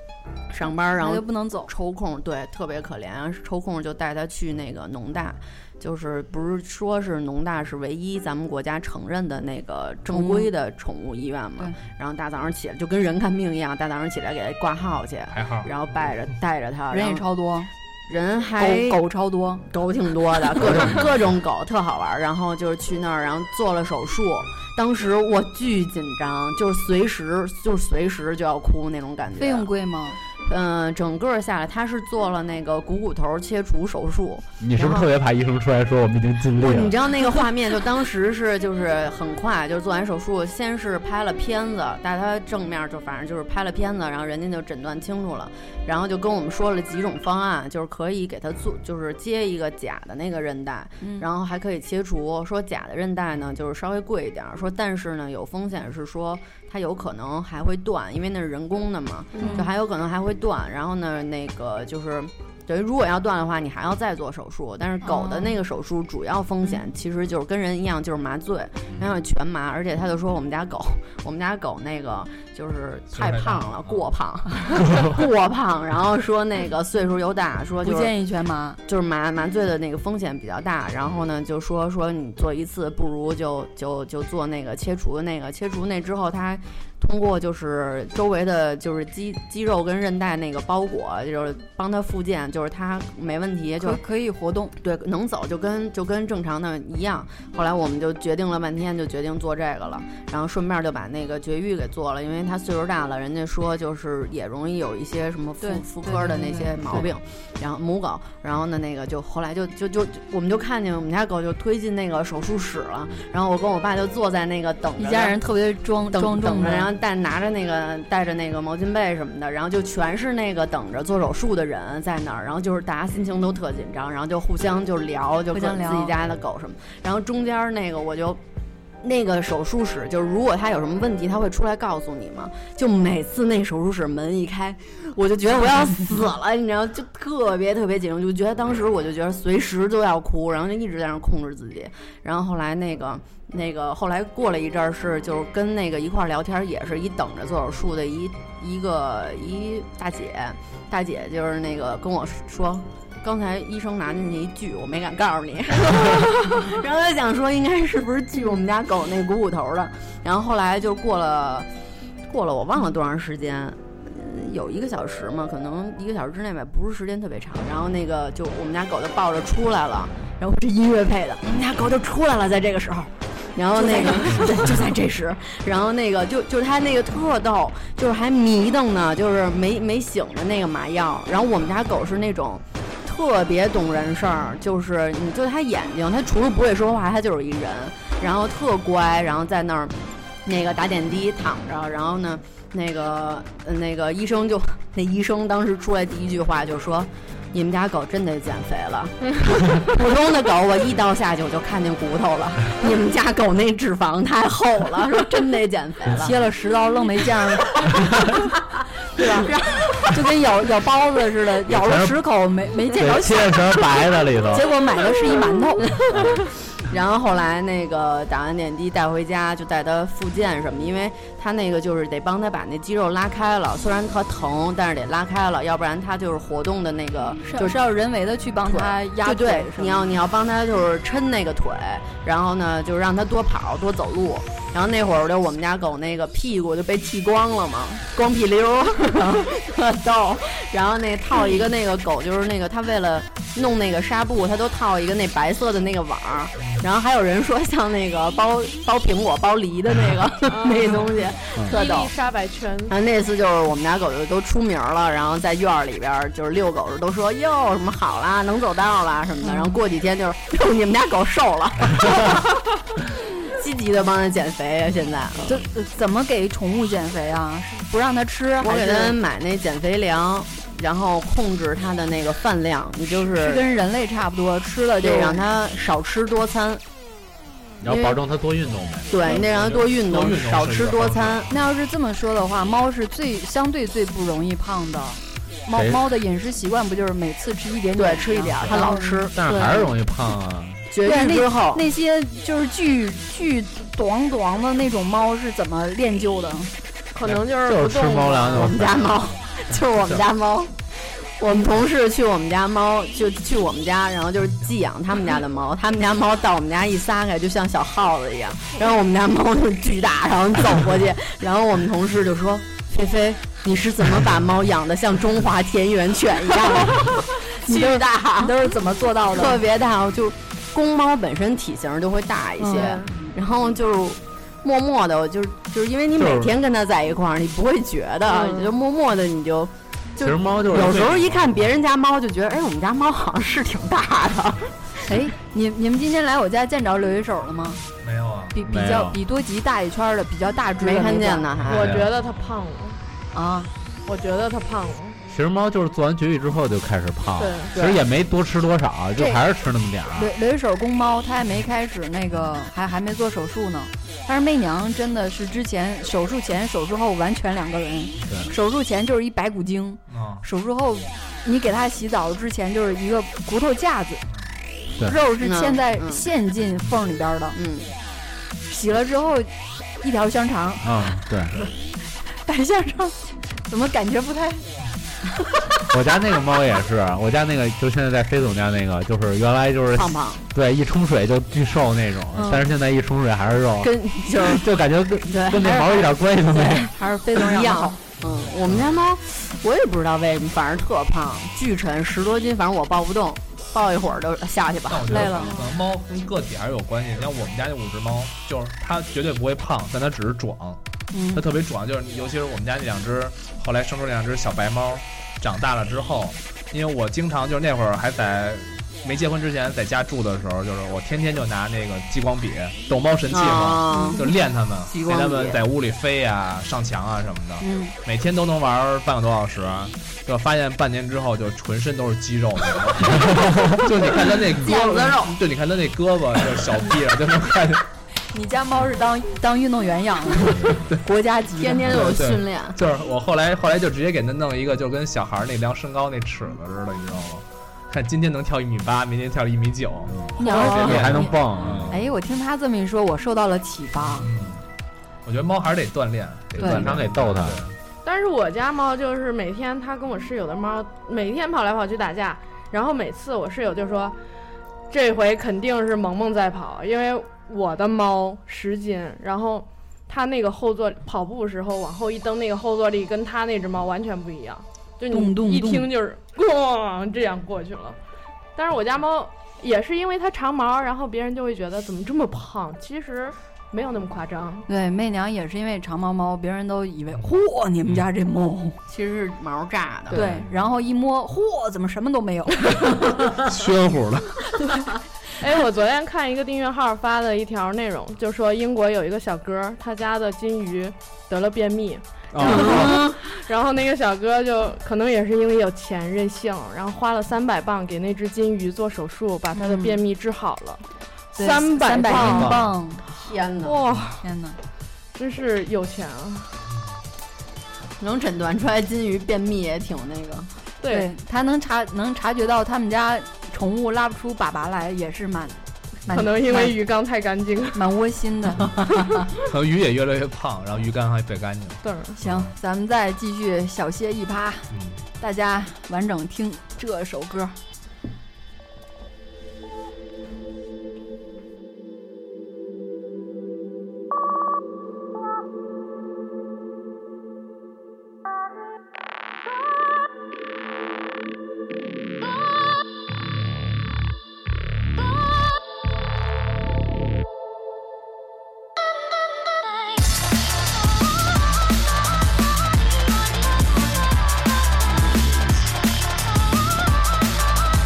Speaker 3: 上班然
Speaker 2: 那
Speaker 3: 后
Speaker 2: 就不能走。
Speaker 3: 抽空，对，特别可怜，抽空就带他去那个农大，就是不是说是农大是唯一咱们国家承认的那个正规的宠物医院嘛
Speaker 2: 对？
Speaker 3: 然后大早上起来就跟人看病一样，大早上起来给他挂号去，
Speaker 4: 还好。
Speaker 3: 然后带着带着他，
Speaker 2: 嗯人也
Speaker 3: 然后
Speaker 2: 超多，
Speaker 3: 人还
Speaker 2: 狗狗超多，
Speaker 3: 狗挺多 的，各种各种狗特好玩儿。然后就是去那儿，然后做了手术，当时我巨紧张，就是随时就是随时就要哭那种感觉。
Speaker 2: 费用贵吗？
Speaker 3: 嗯、整个下来他是做了那个股骨头切除手术，
Speaker 5: 你是不是特别怕医生出来说我们已经尽力
Speaker 3: 不，嗯你
Speaker 5: 了？
Speaker 3: 知道那个画面，就当时是就是很快，就是做完手术，先是拍了片子，但他正面就反正就是拍了片子，然后人家就诊断清楚了，然后就跟我们说了几种方案，就是可以给他做，就是接一个假的那个韧带，然后还可以切除。说假的韧带呢，就是稍微贵一点儿，说但是呢有风险是说它有可能还会断，因为那是人工的嘛，就还有可能还会断。然后呢，那个就是。等于如果要断的话，你还要再做手术。但是狗的那个手术主要风险其实就是跟人一样，就是麻醉，然后全麻。而且他就说我们家狗，我们家狗那个就是太胖了，
Speaker 4: 岁
Speaker 3: 过 胖，过胖。然后说那个岁数又大，说
Speaker 2: 不
Speaker 3: 就是
Speaker 2: 建议全麻。
Speaker 3: 就是麻麻醉的那个风险比较大，然后呢就说说你做一次不如就就就做那个切除那个切除那之后，它通过就是周围的就是肌肌肉跟韧带那个包裹，就是帮它复健，就是它没问题，就
Speaker 2: 可可以活动，
Speaker 3: 对能走就跟就跟正常的一样。后来我们就决定了半天，就决定做这个了，然后顺便就把那个绝育给做了，因为它岁数大了，人家说就是也容易有一些什么妇
Speaker 2: 对
Speaker 3: 妇
Speaker 2: 对
Speaker 3: 科的
Speaker 2: 对
Speaker 3: 那
Speaker 2: 对
Speaker 3: 些
Speaker 2: 对
Speaker 3: 毛病。然后母狗，然后呢那个就后来就就就就我们就看见我们家狗就推进那个手术室了，然后我跟我爸就坐在那个等
Speaker 2: 一
Speaker 3: 着
Speaker 2: 家
Speaker 3: 的
Speaker 2: 人特别庄
Speaker 3: 等
Speaker 2: 庄重
Speaker 3: 等着，然后
Speaker 2: 的，
Speaker 3: 带拿着那个带着那个毛巾被什么的，然后就全是那个等着做手术的人在那儿，然后就是大家心情都特紧张，然后就互相就聊，就
Speaker 2: 互
Speaker 3: 各
Speaker 2: 相
Speaker 3: 自
Speaker 2: 聊
Speaker 3: 己家的狗什么，然后中间儿那个我就。那个手术室就是，如果他有什么问题，他会出来告诉你嘛。就每次那手术室门一开，我就觉得我要死了，你知道，就特别特别紧张，就觉得当时我就觉得随时都要哭，然后就一直在那儿控制自己。然后后来那个那个后来过了一阵儿是就是跟那个一块儿聊天儿，也是一等着做手术的一一个一大姐，大姐就是那个跟我说。刚才医生拿进去一锯，我没敢告诉你，然后她想说应该是不是锯我们家狗那股骨头的，然后后来就过了，过了我忘了多长时间，嗯有一个小时嘛，可能一个小时之内吧，不是时间特别长。然后那个就我们家狗就抱着出来了，然后这音乐配的，我们家狗就出来了，在这个时候。然后那个对，就在这时，然后那个就就是他那个特逗，就是还迷瞪呢，就是没没醒的那个麻药。然后我们家狗是那种特别懂人事儿，就是你就它眼睛，它除了不会说话，它就是一人，然后特乖，然后在那儿那个打点滴躺着，然后呢，那个呃那个医生就 那医生当时出来第一句话就说。你们家狗真得减肥了， 普通的狗我一刀下去我就看见骨头了， 你们家狗那脂肪太厚了，说真得减肥了。
Speaker 2: 切了十刀愣没见 着，对吧？ 就跟咬咬包子似的，咬了十口没没见着
Speaker 5: 对，
Speaker 2: 馅
Speaker 5: 切
Speaker 2: 儿，
Speaker 5: 成白的里头，
Speaker 2: 结果买的是一馒头。
Speaker 3: 然后后来那个打完点滴带回家，就带他复健什么，因为他那个就是得帮他把那肌肉拉开了，虽然他疼，但是得拉开了，要不然他就是活动的那个就
Speaker 2: 就是是要人为的去帮他压
Speaker 3: 就
Speaker 2: 腿
Speaker 3: 对，
Speaker 2: 什么
Speaker 3: 你要你要帮他就是抻那个腿，然后呢就让他多跑多走路。然后那会儿就我们家狗那个屁股就被剃光了嘛，光屁溜儿， 然后特逗。然后那套一个那个狗就是那个它为了弄那个纱布，它都套一个那白色的那个网儿。然后还有人说像那个包包苹果包梨的那个
Speaker 2: 啊
Speaker 3: 那东西，特
Speaker 6: 伊
Speaker 3: 逗
Speaker 6: 丽。莎白圈，
Speaker 3: 然后那次就是我们家狗就都出名了，然后在院儿里边儿就是遛狗时都说哟什么好啦，能走道啦什么的。然后过几天就是哟你们家狗瘦了， 积极的帮它减肥啊！现在
Speaker 2: 就呃怎么给宠物减肥啊？是不让它吃，
Speaker 3: 我
Speaker 2: 还
Speaker 3: 给
Speaker 2: 是
Speaker 3: 它买那减肥粮，然后控制它的那个饭量，你就是是
Speaker 2: 跟人类差不多，吃了就
Speaker 3: 得让它少吃多餐，
Speaker 5: 你要保证它多运动呗。
Speaker 3: 对，你得让它多运
Speaker 4: 嗯多
Speaker 3: 动
Speaker 4: 运，动
Speaker 3: 少
Speaker 4: 是一
Speaker 3: 吃
Speaker 4: 个
Speaker 3: 多
Speaker 4: 方法
Speaker 3: 餐。
Speaker 2: 那要是这么说的话，猫是最相对最不容易胖的。
Speaker 4: 哎
Speaker 2: 猫
Speaker 5: 谁
Speaker 2: 猫的饮食习惯不就是每次吃一点点
Speaker 3: 对
Speaker 2: 吗，
Speaker 3: 吃一点儿，它
Speaker 2: 然后
Speaker 3: 老吃。
Speaker 5: 嗯但是还是容易胖啊。
Speaker 2: 嗯对
Speaker 3: 绝育
Speaker 2: 那
Speaker 3: 之后，
Speaker 2: 那些就是巨巨短短的那种猫是怎么练就的？
Speaker 6: 可能就
Speaker 5: 就是
Speaker 6: 不
Speaker 5: 吃
Speaker 6: 动
Speaker 5: 猫粮
Speaker 6: 了。
Speaker 5: 就
Speaker 3: 我们家猫，就是我们 家猫。我们同事去我们家猫，就去我们家，然后就是寄养他们家的猫。他们家猫到我们家一撒开，就像小耗子一样。然后我们家猫就巨大，然后走过去，然后我们同事就说：“菲菲，你是怎么把猫养的像中华田园犬一样的？ 巨大
Speaker 2: 你，都是怎么做到
Speaker 3: 特
Speaker 2: 的？
Speaker 3: 别大。”就公猫本身体型就会大一些，
Speaker 2: 嗯
Speaker 3: 然后就是默默的，就是就是因为你
Speaker 5: 就是
Speaker 3: 每天跟它在一块儿，你不会觉得，
Speaker 6: 嗯
Speaker 3: 你就默默的你就。
Speaker 5: 其实猫就是
Speaker 3: 有时候一看别人家猫，就觉得，哎，我们家猫好像是挺大的。
Speaker 2: 哎，你你们今天来我家见着留一手了吗？
Speaker 4: 没有啊，
Speaker 2: 比比
Speaker 5: 没
Speaker 2: 较
Speaker 5: 有
Speaker 2: 比多吉大一圈的，比较大只的
Speaker 3: 没
Speaker 2: 那
Speaker 3: 看
Speaker 2: 种
Speaker 3: 见呢，还
Speaker 6: 我觉得他胖了，
Speaker 2: 啊。
Speaker 6: 我觉得他胖了。
Speaker 5: 其实猫就是做完绝育之后就开始胖
Speaker 6: 对，
Speaker 5: 其实也没多吃多少，啊就
Speaker 2: 对
Speaker 5: 还是吃那么点儿。啊
Speaker 2: 雷雷手公猫，它还没开始那个，还还没做手术呢。但是媚娘真的是之前手术前、手术后完全两个人。
Speaker 5: 对
Speaker 2: 手术前就是一白骨精，
Speaker 4: 啊，
Speaker 2: 手术后你给它洗澡之前就是一个骨头架子
Speaker 5: 对，
Speaker 2: 肉是嵌在
Speaker 3: 嗯嗯
Speaker 2: 陷进缝里边的。
Speaker 3: 嗯，
Speaker 2: 洗了之后，一条香肠，
Speaker 5: 嗯，对，
Speaker 2: 白香肠，怎么感觉不太？
Speaker 5: 哦我家那个猫也是，我家那个就现在在飞总家那个，就是原来就是
Speaker 3: 胖胖，
Speaker 5: 对一冲水就巨瘦那种，
Speaker 2: 嗯
Speaker 5: 但是现在一冲水还是肉，
Speaker 3: 跟就是
Speaker 5: 就感觉跟
Speaker 3: 对
Speaker 5: 跟那毛一点关系都没 有。
Speaker 2: 还是非常
Speaker 3: 一样
Speaker 2: 好。。
Speaker 3: 嗯，我们家猫，我也不知道为什么，反正特胖，巨沉，十多斤，反正我抱不动，抱一会儿就下去吧
Speaker 4: 但我。觉
Speaker 2: 累
Speaker 4: 得
Speaker 2: 了
Speaker 4: 可能猫跟个体还是有关系。你像我们家那五只猫，就是它绝对不会胖，但它只是壮，
Speaker 2: 嗯
Speaker 4: 它特别壮。就是尤其是我们家那两只，后来生出两只小白猫，长大了之后，因为我经常就是那会儿还在没结婚之前在家住的时候，就是我天天就拿那个激光笔逗猫神器嘛，
Speaker 3: 啊，
Speaker 4: 就练它们，
Speaker 3: 激
Speaker 4: 陪
Speaker 3: 光笔
Speaker 4: 它们在屋里飞呀、上墙啊什么的。
Speaker 3: 嗯，
Speaker 4: 每天都能玩半个多小时，就发现半年之后就浑身都是肌肉了， 就你看他那胳
Speaker 3: 腱子肉
Speaker 4: 膊，就你看他那胳膊，就是小臂上就能看见，
Speaker 2: 你家猫是当当运动员养 的，国家级的
Speaker 3: 天天都有
Speaker 4: 对对
Speaker 3: 训练。
Speaker 4: 就是我后来后来就直接给他弄一个，就跟小孩儿那量身高那尺子似的，你知道吗？看今天能跳一米八，明天跳一米九，
Speaker 2: 你要是
Speaker 4: 哦
Speaker 5: 嗯你还能
Speaker 2: 你
Speaker 5: 蹦啊？
Speaker 2: 哎，我听他这么一说，我受到了启发。
Speaker 4: 嗯，我觉得猫还是得锻炼，得
Speaker 2: 对
Speaker 4: 锻炼，
Speaker 5: 经常得逗它
Speaker 4: 对
Speaker 6: 但是我家猫就是每天它跟我室友的猫每天跑来跑去打架，然后每次我室友就说，这回肯定是萌萌在跑，因为我的猫十斤，然后它那个后坐跑步时候往后一蹬，那个后坐力跟它那只猫完全不一样，就
Speaker 2: 动动
Speaker 6: 你一
Speaker 2: 动
Speaker 6: 听就是咣这样过去了。但是我家猫也是因为它长毛，然后别人就会觉得怎么这么胖，其实没有那么夸张。
Speaker 2: 对，媚娘也是因为长毛猫，别人都以为嚯，你们家这猫。
Speaker 3: 其实是毛炸的，
Speaker 2: 对，然后一摸，嚯，怎么什么都 没有？
Speaker 5: 宣乎的，
Speaker 6: 哎，我昨天看一个订阅号发的一条内容，就说英国有一个小哥，他家的金鱼得了便秘，
Speaker 4: 啊，
Speaker 6: 然后那个小哥就可能也是因为有钱任性，然后花了三百磅给那只金鱼做手术，把它的
Speaker 2: 嗯
Speaker 6: 便秘治好了。
Speaker 2: 对
Speaker 6: 三百
Speaker 2: 三百英
Speaker 6: 磅，
Speaker 2: 镑，
Speaker 3: 天哪，
Speaker 6: 哇，
Speaker 2: 天哪！
Speaker 6: 真是有钱啊！
Speaker 3: 能诊断出来金鱼便秘也挺那个。
Speaker 2: 对，他能察能察觉到他们家宠物拉不出粑粑来，也是蛮蛮
Speaker 6: 可能因为鱼缸太干净了。
Speaker 2: 蛮蛮窝心 的。
Speaker 4: 可能鱼也越来越胖，然后鱼竿还变干净了。
Speaker 6: 对，
Speaker 2: 行，咱们再继续小歇一趴，
Speaker 4: 嗯，
Speaker 2: 大家完整听这首歌。
Speaker 7: 啊！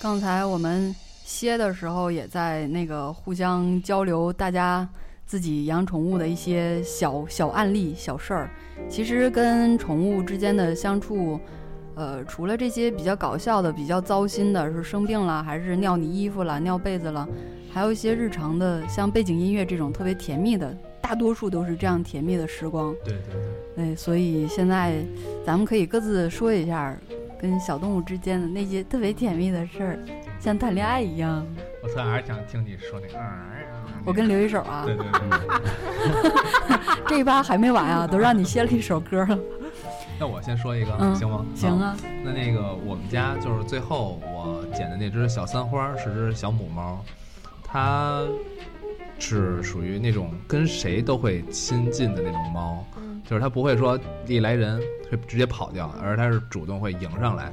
Speaker 2: 刚才我们歇的时候也在那个互相交流，大家自己养宠物的一些小小案例、小事儿。其实跟宠物之间的相处，呃，除了这些比较搞笑的、比较糟心的，是生病了还是尿你衣服了、尿被子了，还有一些日常的，像背景音乐这种特别甜蜜的，大多数都是这样甜蜜的时光。
Speaker 4: 对对对，
Speaker 2: 对，哎所以现在咱们可以各自说一下跟小动物之间的那些特别甜蜜的事儿，像谈恋爱一样。
Speaker 4: 我突然还是想听你说那个。
Speaker 2: 我跟刘一手啊
Speaker 4: 对，对对，
Speaker 2: 这一趴还没完啊，都让你歇了一首歌了。
Speaker 4: 那我先说一个，
Speaker 2: 嗯
Speaker 4: 行吗？
Speaker 2: 行啊，
Speaker 4: 那那个我们家就是最后我捡的那只小三花儿是只小母猫，它是属于那种跟谁都会亲近的那种猫，
Speaker 3: 嗯
Speaker 4: 就是它不会说一来人会直接跑掉，而它是主动会迎上来，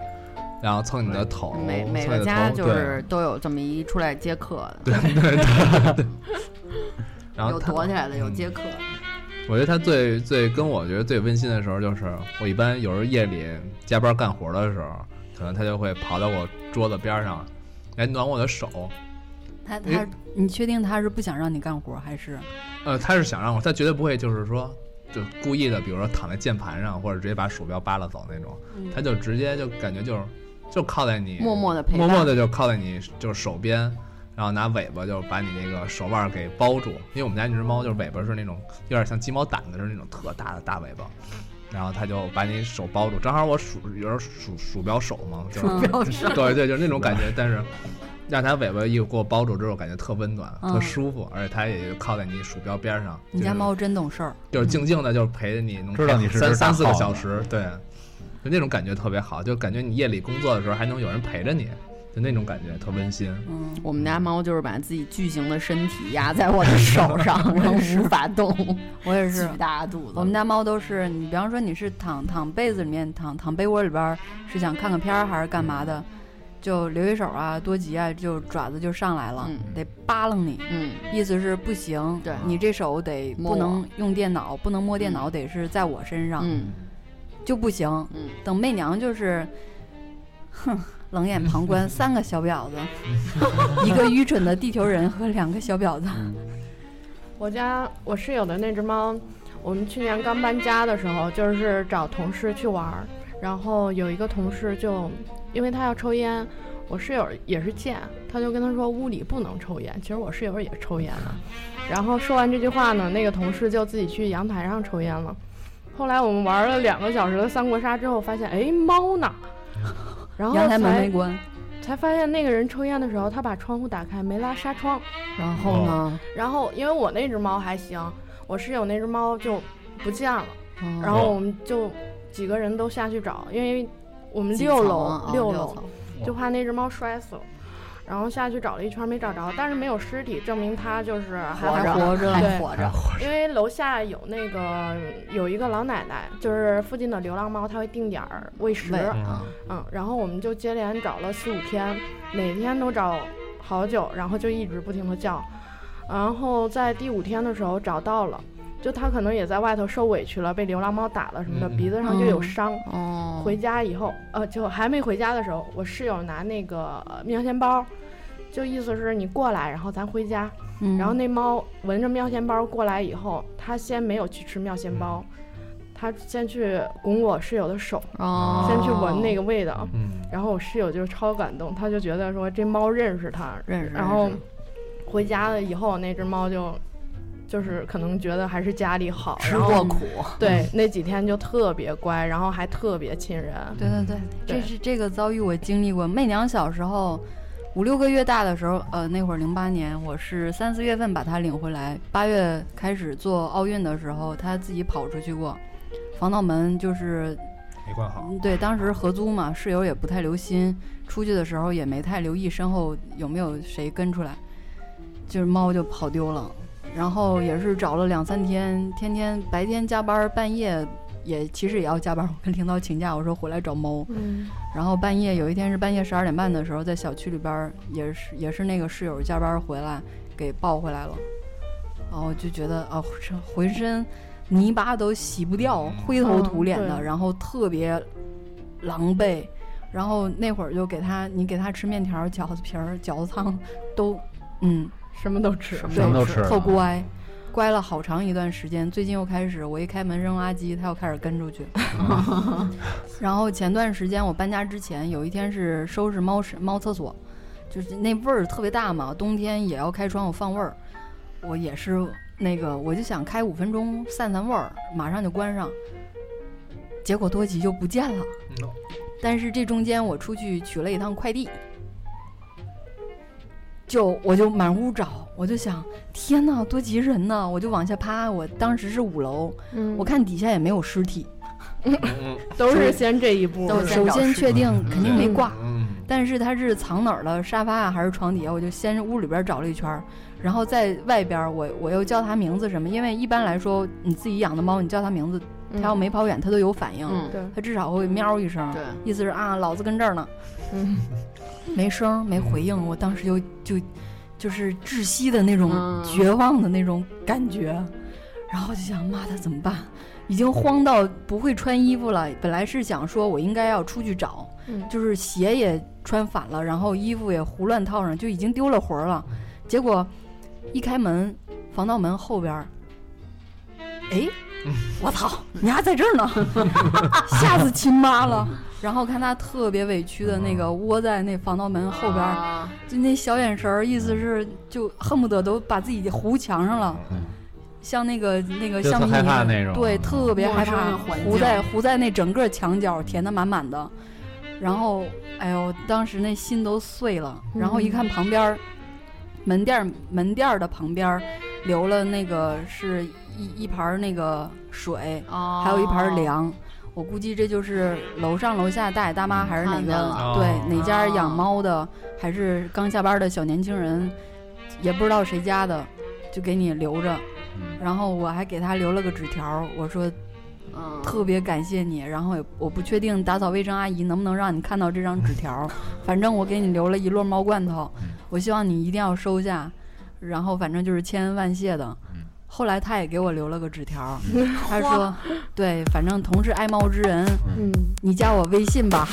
Speaker 4: 然后蹭你的头，
Speaker 3: 嗯每
Speaker 4: 蹭
Speaker 3: 每
Speaker 4: 你
Speaker 3: 个
Speaker 4: 哦的
Speaker 3: 家
Speaker 4: 头，
Speaker 3: 就
Speaker 4: 对
Speaker 3: 是都有这么一出来接客的，
Speaker 4: 对对对 对。然后
Speaker 3: 有
Speaker 4: 它
Speaker 3: 躲起来的，有接客。
Speaker 4: 我觉得他最最跟我觉得最温馨的时候，就是我一般有时候夜里加班干活的时候，可能他就会跑到我桌子边上来暖我的手。
Speaker 2: 他他，你确定他是不想让你干活，还是
Speaker 4: 呃，他是想让我，他绝对不会就是说就故意的，比如说躺在键盘上，或者直接把鼠标扒拉走那种，他就直接就感觉就是就靠在你
Speaker 3: 嗯默默地陪伴
Speaker 4: 默默的就靠在你就是手边，然后拿尾巴就把你那个手腕给包住，因为我们家那只猫就是尾巴是那种有点像鸡毛掸子似的那种特大的大尾巴。然后他就把你手包住，正好我鼠有点鼠鼠标手嘛，就是
Speaker 2: 鼠标
Speaker 4: 手， 对对，就是那种感觉。但是让它尾巴一给我包住之后，感觉特温暖、
Speaker 2: 嗯
Speaker 4: 特舒服，而且它也靠在你鼠标边上。
Speaker 2: 你家猫真懂事儿？
Speaker 4: 就是就是静静的，就是陪着你，能
Speaker 5: 知道你是
Speaker 4: 三
Speaker 5: 只大
Speaker 4: 三四个
Speaker 5: 耗子
Speaker 4: 小时，对，就那种感觉特别好，就感觉你夜里工作的时候还能有人陪着你，就那种感觉特温馨。
Speaker 2: 嗯，
Speaker 3: 我们家猫就是把自己巨型的身体压在我的手上，然后无法动，
Speaker 2: 我也
Speaker 3: 巨
Speaker 2: 是。
Speaker 3: 大的肚子。
Speaker 2: 我们家猫都是，你比方说你是躺躺被子里面，躺躺被窝里边儿，是想看个片儿还是干嘛的，就留一手啊、多吉啊，就爪子就上来了，
Speaker 3: 嗯
Speaker 2: 得扒拉你。
Speaker 3: 嗯，
Speaker 2: 意思是不行，
Speaker 3: 对
Speaker 2: 你这手得
Speaker 3: 摸
Speaker 2: 不
Speaker 3: 我
Speaker 2: 能用电脑，不能摸电脑，得是在我身上、
Speaker 3: 嗯
Speaker 2: 就不行。
Speaker 3: 嗯，
Speaker 2: 等媚娘就是，哼，冷眼旁观，三个小婊子，一个愚蠢的地球人和两个小婊子。
Speaker 6: 我家我室友的那只猫，我们去年刚搬家的时候，就是找同事去玩儿，然后有一个同事就因为他要抽烟，我室友也是贱，他就跟他说屋里不能抽烟。其实我室友也抽烟了，然后说完这句话呢，那个同事就自己去阳台上抽烟了。后来我们玩了两个小时的三国杀之后，发现哎猫呢，然
Speaker 3: 嗯
Speaker 6: 后
Speaker 2: 阳台门
Speaker 6: 才
Speaker 2: 没
Speaker 3: 哦
Speaker 2: 关，
Speaker 6: 才发现那个人抽烟的时候，他把窗户打开没拉纱窗。
Speaker 3: 然后呢？
Speaker 6: 然后因为我那只猫还行，我室友那只猫就不见了，
Speaker 3: 嗯
Speaker 6: 然后我们就几个人都下去找，因为我们
Speaker 3: 几
Speaker 6: 六
Speaker 3: 层啊
Speaker 6: 楼
Speaker 3: 哦
Speaker 6: 六
Speaker 3: 六
Speaker 6: 楼
Speaker 3: 层
Speaker 6: 就怕那只猫摔死了，然后下去找了一圈没找着，但是没有尸体，证明它就是还
Speaker 3: 活着
Speaker 6: 还
Speaker 2: 活着
Speaker 6: 对
Speaker 3: 还活着，
Speaker 6: 因为楼下有那个有一个老奶奶，就是附近的流浪猫，它会定点儿喂食，
Speaker 3: 喂
Speaker 4: 嗯
Speaker 3: 啊，
Speaker 6: 嗯，然后我们就接连找了四五天，每天都找好久，然后就一直不停的叫，然后在第五天的时候找到了，就它可能也在外头受委屈了，被流浪猫打了什么的，
Speaker 4: 嗯
Speaker 6: 鼻子上就有伤。
Speaker 3: 哦，
Speaker 6: 回家以后，呃，就还没回家的时候，我室友拿那个呃喵钱包，就意思是你过来，然后咱回家。
Speaker 2: 嗯
Speaker 6: 然后那猫闻着喵钱包过来以后，它先没有去吃喵钱包，它先去拱我室友的手，
Speaker 3: 哦，
Speaker 6: 先去闻那
Speaker 3: 个
Speaker 6: 个味道。
Speaker 4: 嗯，
Speaker 6: 然后我室友就超感动，他就觉得说这猫认识他，
Speaker 3: 认识，
Speaker 6: 然后
Speaker 3: 认识
Speaker 6: 回家了以后，那只猫就就是可能觉得还是家里好，
Speaker 3: 吃
Speaker 6: 然
Speaker 3: 过
Speaker 6: 后
Speaker 3: 苦，
Speaker 6: 对那几天就特别乖，然后还特别亲人。
Speaker 2: 对对对，这
Speaker 6: 对
Speaker 2: 是这个遭遇我经历过。媚娘小时候五六个月大的时候，呃，那会儿零八年，我是三四月份把她领回来，八月开始做奥运的时候，她自己跑出去过，防盗门就是
Speaker 4: 没关好。
Speaker 2: 嗯对，当时合租嘛，室友也不太留心，出去的时候也没太留意身后有没有谁跟出来，就是猫就跑丢了。然后也是找了两三天，天天白天加班，半夜也其实也要加班。我跟领导请假，我说回来找猫。
Speaker 6: 嗯，
Speaker 2: 然后半夜有一天是半夜十二点半的时候，在小区里边儿也是也是那个室友加班回来给抱回来了，然后就觉得啊，浑身浑身泥巴都洗不掉，灰头土脸的，
Speaker 6: 嗯对
Speaker 2: 然后特别狼狈，然后那会儿就给它，你给它吃面条、饺子皮儿、饺子汤，都，嗯，
Speaker 6: 什么都吃。
Speaker 5: 什嗯么都吃
Speaker 2: 对特乖，乖了好长一段时间。最近又开始，我一开门扔垃圾，它又开始跟出去。然后前段时间我搬家之前，有一天是收拾猫屎猫厕所，就是那味儿特别大嘛，冬天也要开窗户放味儿，我也是那个，我就想开五分钟散散味儿，马上就关上，结果多吉就不见了。
Speaker 4: 嗯
Speaker 2: 但是这中间我出去取了一趟快递，就我就满屋找，我就想，天呐，多急人呢！我就往下趴，我当时是五楼，
Speaker 6: 嗯
Speaker 2: 我看底下也没有尸体，
Speaker 4: 嗯
Speaker 6: 都是先这一步。
Speaker 2: 我首先确定肯定没挂，
Speaker 4: 嗯
Speaker 2: 但是它是藏哪儿了，沙发啊还是床底下？我就先屋里边找了一圈儿，然后在外边儿我我又叫它名字什么，因为一般来说你自己养的猫，你叫它名字，它要没跑远它都有反应，
Speaker 3: 嗯，
Speaker 6: 对，
Speaker 2: 它至少会喵一声，
Speaker 3: 对，
Speaker 2: 意思是啊，老子跟这儿呢。
Speaker 6: 嗯，
Speaker 2: 没声儿没回应，我当时就就就是窒息的那种
Speaker 3: 嗯
Speaker 2: 绝望的那种感觉，然后就想妈的怎么办？已经慌到不会穿衣服了。本来是想说我应该要出去找，
Speaker 6: 嗯
Speaker 2: 就是鞋也穿反了，然后衣服也胡乱套上，就已经丢了魂儿了。结果一开门，防盗门后边儿，
Speaker 5: 嗯
Speaker 2: 哎，我操，你还在这儿呢！ 吓死亲妈了。然后看他特别委屈的那个窝在那防盗门后边儿，
Speaker 3: 啊
Speaker 2: 就那小眼神儿，意思是就恨不得都把自己糊墙上了，像那个那个
Speaker 5: 嗯就
Speaker 2: 橡皮
Speaker 5: 特害
Speaker 2: 泥
Speaker 5: 怕那种
Speaker 2: 对，
Speaker 5: 嗯
Speaker 2: 特别
Speaker 3: 陌
Speaker 2: 害
Speaker 3: 生
Speaker 2: 怕
Speaker 3: 的，环
Speaker 2: 糊
Speaker 3: 境
Speaker 2: 在糊在那整个墙角，填的满满的。然后，哎呦，当时那心都碎了。
Speaker 3: 嗯
Speaker 2: 然后一看旁边儿，门店儿门店儿的旁边儿留了那个是一一盘儿那个水，
Speaker 3: 哦，
Speaker 2: 还有一盘粮。我估计这就是楼上楼下大爷大妈还是哪
Speaker 3: 看
Speaker 2: 个
Speaker 3: 见了
Speaker 2: 对哪家
Speaker 3: 哦
Speaker 2: 养猫的，还是刚下班的小年轻人，也不知道谁家的，就给你留着。
Speaker 5: 嗯
Speaker 2: 然后我还给他留了个纸条，我说
Speaker 3: 嗯，
Speaker 2: 特别感谢你，然后也我不确定打扫卫生阿姨能不能让你看到这张纸条，反正我给你留了一摞猫罐头，我希望你一定要收下，然后反正就是千恩万谢的
Speaker 5: 嗯。
Speaker 2: 后来他也给我留了个纸条，他说：“对，反正同是爱猫之人，
Speaker 6: 嗯，
Speaker 2: 你加我微信吧。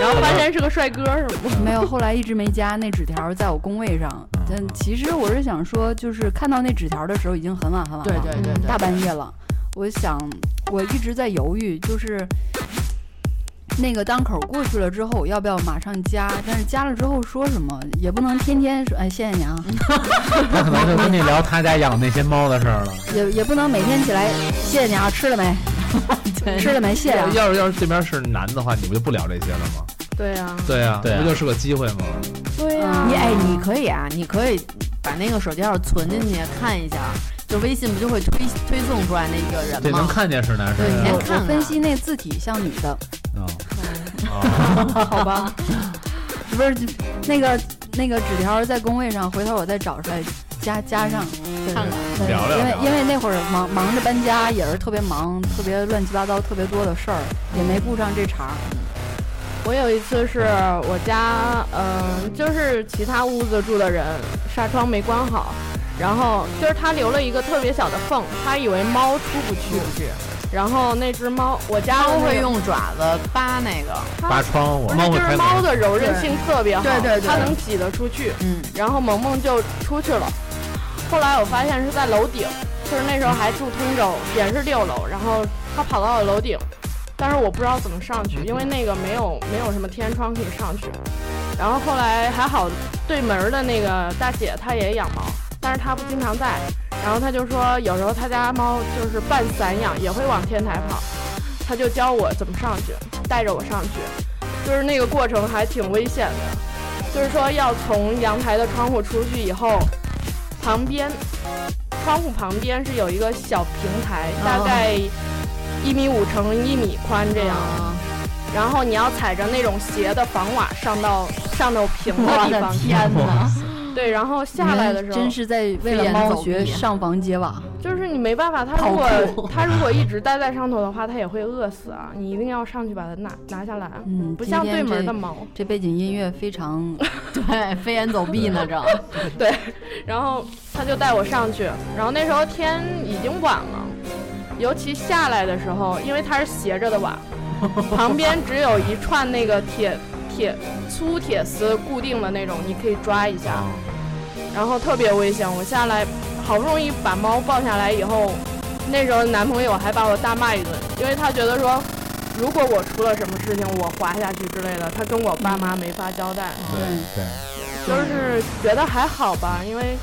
Speaker 6: 然后发现是个帅哥是吗？”
Speaker 2: 没有，后来一直没加那纸条，在我工位上。但其实我是想说，就是看到那纸条的时候已经很晚很晚了。
Speaker 3: 对对对对，
Speaker 2: 大半夜了，我想我一直在犹豫，就是那个档口过去了之后，我要不要马上加？但是加了之后说什么也不能天天说，哎，谢谢你啊，
Speaker 3: 嗯
Speaker 5: 他 可能就跟你聊他家养那些猫的事儿了。
Speaker 2: 也也不能每天起来谢谢你啊，吃了没？吃了没？谢谢、啊。
Speaker 4: 要是要是这边是男的话，你不就不聊这些了吗？
Speaker 6: 对呀，
Speaker 4: 对呀、
Speaker 5: 对啊
Speaker 4: 这不就是个机会吗？
Speaker 6: 对
Speaker 2: 呀
Speaker 3: 你哎，你可以啊，你可以把那个手机号存进去看一下，就微信不就会推推送出来那个人
Speaker 5: 对，能
Speaker 3: 吗？
Speaker 5: 看见是男是
Speaker 3: 对你
Speaker 5: 女啊
Speaker 2: 我
Speaker 3: 先哎看
Speaker 2: 我
Speaker 3: 看
Speaker 2: 分析那字体像女的，
Speaker 5: 啊？
Speaker 2: 好吧？不是那个那个纸条在工位上，回头我再找出来加加上。对
Speaker 3: 看看
Speaker 2: 对
Speaker 4: 聊聊
Speaker 2: 因
Speaker 4: 聊
Speaker 2: 为因为那会儿忙忙着搬家，也是特别忙，特别乱七八糟，特别多的事儿，
Speaker 6: 嗯
Speaker 2: 也没顾上这茬儿。
Speaker 6: 我有一次是我家，嗯、就是其他屋子住的人纱窗没关好，然后就是他留了一个特别小的缝，他以为猫出不去，然后那只猫，我家
Speaker 3: 猫
Speaker 6: 那
Speaker 3: 会
Speaker 6: 个
Speaker 3: 用爪子扒那个，
Speaker 5: 扒窗户，
Speaker 6: 不是
Speaker 5: 会
Speaker 6: 就是
Speaker 5: 开
Speaker 6: 猫
Speaker 5: 门。
Speaker 6: 的柔韧性特别好，
Speaker 3: 对对对
Speaker 6: 它能挤得出去。
Speaker 3: 嗯，
Speaker 6: 然后萌萌就出去了。后来我发现是在楼顶，就是那时候还住通州，也是六楼，然后它跑到了楼顶，但是我不知道怎么上去，因为那个没有没有什么天窗可以上去。然后后来还好，对门儿的那个大姐她也养猫，但是她不经常在，然后她就说有时候她家猫就是半散养，也会往天台跑，她就教我怎么上去，带着我上去，就是那个过程还挺危险的。就是说要从阳台的窗户出去以后，旁边窗户旁边是有一个小平台，大概一米五乘一米宽这样，
Speaker 3: 啊
Speaker 2: 嗯
Speaker 6: 然后你要踩着那种斜的防瓦上到上到平的地方，
Speaker 3: 天哪！
Speaker 6: 对，然后下来的
Speaker 2: 你
Speaker 6: 时
Speaker 2: 们
Speaker 6: 候
Speaker 2: 啊真是在为了猫学上房揭瓦。
Speaker 6: 就是你没办法，它
Speaker 3: 跑
Speaker 6: 如果它如果一直待在上头的话，它也会饿死啊！你一定要上去把它拿拿下来，
Speaker 2: 嗯，
Speaker 6: 不像
Speaker 2: 今
Speaker 6: 对
Speaker 2: 天
Speaker 6: 门
Speaker 2: 这
Speaker 6: 的猫。
Speaker 2: 这背景音乐非 常
Speaker 3: 对，飞檐走壁呢，正
Speaker 6: 然后他就带我上去，然后那时候天已经晚了，尤其下来的时候，因为它是斜着的瓦，旁边只有一串那个铁铁粗铁丝固定的那种，你可以抓一下，然后特别危险。我下来好不容易把猫抱下来以后，那时候男朋友还把我大骂一顿，因为他觉得说，如果我出了什么事情，我滑下去之类的，他跟我爸妈没法交代。
Speaker 8: 对对，
Speaker 6: 就是觉得还好吧，因为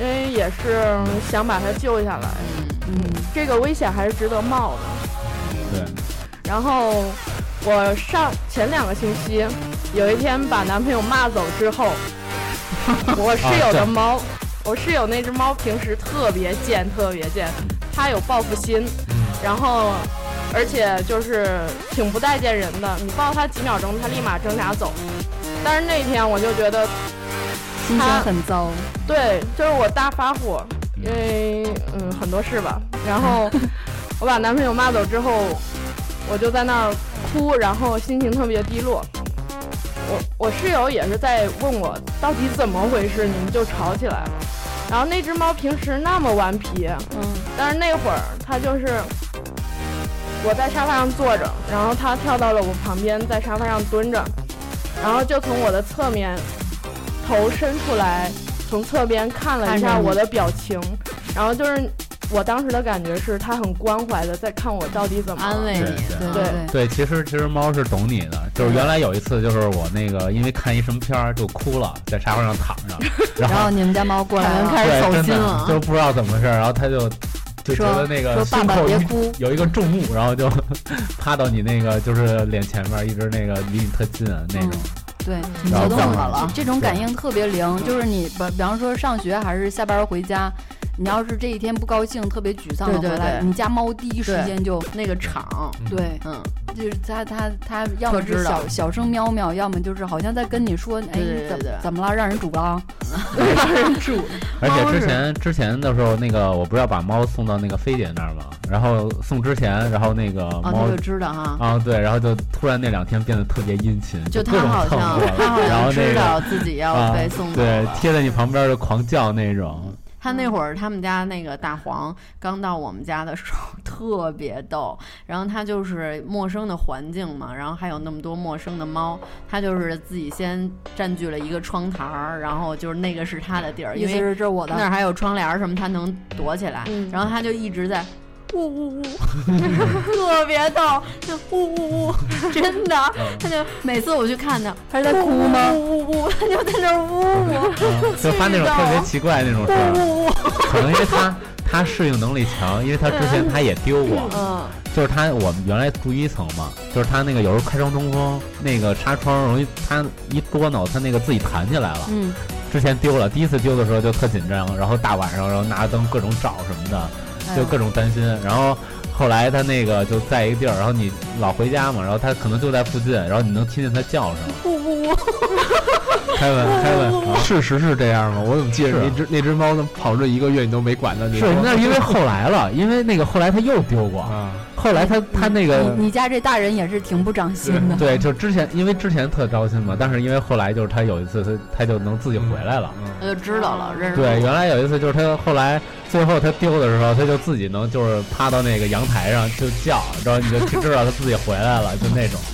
Speaker 6: 因为也是想把它救下来，
Speaker 2: 嗯，
Speaker 6: 这个危险还是值得冒的。
Speaker 8: 对，
Speaker 6: 然后我上前两个星期，有一天把男朋友骂走之后，我室友的猫，我室友那只猫平时特别贱，特别贱，它有报复心，
Speaker 8: 嗯，
Speaker 6: 然后而且就是挺不待见人的，你抱它几秒钟，它立马挣扎走。但是那天我就觉得
Speaker 2: 心情
Speaker 6: 他
Speaker 2: 很糟，
Speaker 6: 对，就是我大发火，因为嗯很多事吧。然后我把男朋友骂走之后，我就在那儿哭，然后心情特别低落。我我室友也是在问我到底怎么回事，你们就吵起来了。然后那只猫平时那么顽皮，
Speaker 2: 嗯
Speaker 6: 但是那会儿它就是我在沙发上坐着，然后它跳到了我旁边，在沙发上蹲着，然后就从我的侧面头伸出来，从侧边看了一
Speaker 2: 看
Speaker 6: 下
Speaker 2: 着你
Speaker 6: 我的表情，然后就是我当时的感觉是它很关怀的在看我到底怎么了
Speaker 3: 安慰
Speaker 4: 对
Speaker 3: 你，
Speaker 4: 对
Speaker 6: 对
Speaker 2: 对，
Speaker 4: 对，其实其实猫是懂你的，就是原来有一次，就是我那个因为看一什么片儿就哭了，在沙发上躺 着，
Speaker 2: 然
Speaker 4: 然
Speaker 2: 后
Speaker 4: 后
Speaker 2: 你们家猫过来
Speaker 3: 感觉
Speaker 2: 了，啊
Speaker 3: 开始
Speaker 4: 对，
Speaker 3: 走
Speaker 4: 真
Speaker 3: 心
Speaker 4: 的
Speaker 3: 了，
Speaker 4: 就不知道怎么回事儿，然后它就就觉得那个
Speaker 2: 说爸
Speaker 4: 胸
Speaker 2: 爸
Speaker 4: 口
Speaker 2: 别
Speaker 4: 一
Speaker 2: 哭，
Speaker 4: 有一个重物，然后就 趴到你那个就是脸前面，一直那个离你特近那种。
Speaker 2: 嗯对，
Speaker 3: 你
Speaker 4: 然
Speaker 3: 就
Speaker 4: 后
Speaker 3: 怎
Speaker 4: 告诉
Speaker 3: 么
Speaker 4: 你
Speaker 3: 了？
Speaker 2: 这种感应特别灵，就是你比比方说上学还是下班回家，你要是这一天不高兴、特别沮丧的
Speaker 3: 对对
Speaker 2: 回来，
Speaker 3: 对
Speaker 2: 你家猫第一时
Speaker 3: 对
Speaker 2: 间就
Speaker 3: 那个场，
Speaker 2: 对，
Speaker 3: 嗯，
Speaker 2: 就是它它它要么
Speaker 3: 特
Speaker 2: 是
Speaker 3: 知道
Speaker 2: 小小声喵喵，要么就是好像在跟你说，哎，
Speaker 3: 对对
Speaker 2: 你怎
Speaker 3: 对对
Speaker 2: 怎么了，让人煮了，
Speaker 4: 而
Speaker 3: 猫
Speaker 4: 且
Speaker 3: 是
Speaker 4: 之前之前的时候，那个我不是要把猫送到那个菲姐那儿嘛，然后送之前，然后那个
Speaker 3: 哦，
Speaker 4: 猫
Speaker 3: 他就知道哈，
Speaker 4: 啊对，然后就突然那两天变得特别殷勤，
Speaker 3: 就
Speaker 4: 各
Speaker 3: 他
Speaker 4: 种
Speaker 3: 好
Speaker 4: 蹭
Speaker 3: 像
Speaker 4: 过
Speaker 3: 他好
Speaker 4: 来，然
Speaker 3: 像
Speaker 4: 后那
Speaker 3: 知
Speaker 4: 个
Speaker 3: 道自己要
Speaker 4: 啊
Speaker 3: 被送走
Speaker 4: 对
Speaker 3: 了。
Speaker 4: 贴在你旁边就狂叫那 种，
Speaker 3: 他那会儿他们家那个大黄刚到我们家的时候 特别逗，然后他就是陌生的环境嘛，然后还有那么多陌生的猫，他就是自己先占据了一个窗台儿，然后就是那个是他的地儿，
Speaker 2: 意
Speaker 3: 因
Speaker 2: 思
Speaker 3: 为
Speaker 2: 是这是我
Speaker 3: 那
Speaker 2: 的，
Speaker 3: 儿还有窗帘儿什么，他能躲起来。
Speaker 6: 嗯
Speaker 3: 然后他就一直在呜呜呜， 特别逗，就呜呜呜，真的，他就每次我去看他，
Speaker 2: 它是在哭吗？
Speaker 3: 呜呜呜，他就在那儿呜呜
Speaker 4: 啊就发那种特别奇怪那种事儿，
Speaker 3: 呜呜，
Speaker 4: 可能因为它它适应能力强，因为它之前它也丢过，
Speaker 6: 嗯，
Speaker 4: 就是它，我们原来住一层嘛，就是它那个有时候开窗通风，那个纱窗容易它一多挠，它那个自己弹起来了。
Speaker 2: 嗯，
Speaker 4: 之前丢了，第一次丢的时候就特紧张，然后大晚上，然后拿灯各种找什么的，
Speaker 2: 哎
Speaker 4: 就
Speaker 2: 呦
Speaker 4: 各种担心。然后后来它那个就在一个地儿，然后你老回家嘛，然后它可能就在附近，然后你能听见它叫声。
Speaker 3: 呜呜呜，
Speaker 4: 开门，开门。啊
Speaker 9: 事实是这样吗？我怎么记着
Speaker 4: 是
Speaker 9: 那只那只猫怎么跑这一个月你都没管它？你
Speaker 4: 是
Speaker 9: 说，
Speaker 4: 那是因为后来了，因为那个后来它又丢过，
Speaker 9: 啊，
Speaker 4: 后来它它那个
Speaker 2: 你你家这大人也是挺不长
Speaker 3: 嗯
Speaker 2: 心的，
Speaker 4: 对，就之前因为之前特糟心嘛，但是因为后来就是他有一次他他就能自己回来了。
Speaker 3: 他就知道了，认识
Speaker 4: 对，原来有一次就是他后来最后他丢的时候，他就自己能就是趴到那个阳台上就叫，然后你就知道他自己回来了，就那种。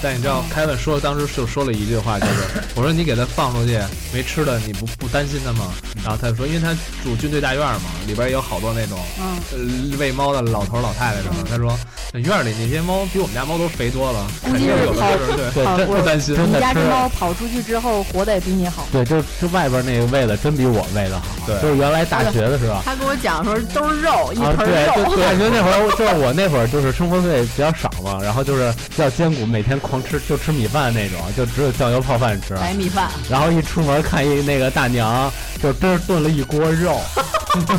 Speaker 9: 但你知道，凯文说当时就说了一句话，就是 我说你给它放出去没吃的，你不不担心它吗？
Speaker 4: 嗯
Speaker 9: 然后他就说，因为他住军队大院嘛，里边也有好多那种
Speaker 2: 嗯，
Speaker 9: 呃喂猫的老头老太太什
Speaker 4: 嗯
Speaker 9: 么的。他说，那院里那些猫比我们家猫都肥多了，
Speaker 2: 估
Speaker 9: 肯
Speaker 2: 计
Speaker 9: 定
Speaker 2: 是
Speaker 9: 有的
Speaker 2: 跑
Speaker 9: 是对。
Speaker 4: 对，
Speaker 2: 好
Speaker 4: 真
Speaker 2: 我
Speaker 9: 不担心，
Speaker 4: 真
Speaker 2: 你
Speaker 4: 的
Speaker 2: 家这
Speaker 4: 吃
Speaker 2: 猫跑出去之后活得也比你好，
Speaker 4: 对，就就外边那个喂的真比我喂的好。
Speaker 9: 对
Speaker 4: 就是原来大学的时候。
Speaker 3: 他跟我讲说都是肉，一
Speaker 4: 啊，
Speaker 3: 盆
Speaker 4: 对，
Speaker 3: 肉，
Speaker 4: 就 就感觉那会儿，就是我那会儿就是生活费比较少嘛，然后就是比较艰苦，每天狂吃就吃米饭那种，就只有酱油泡饭吃。
Speaker 3: 白米饭，
Speaker 4: 然后一出门看一那个大娘，就真是炖了一锅 肉，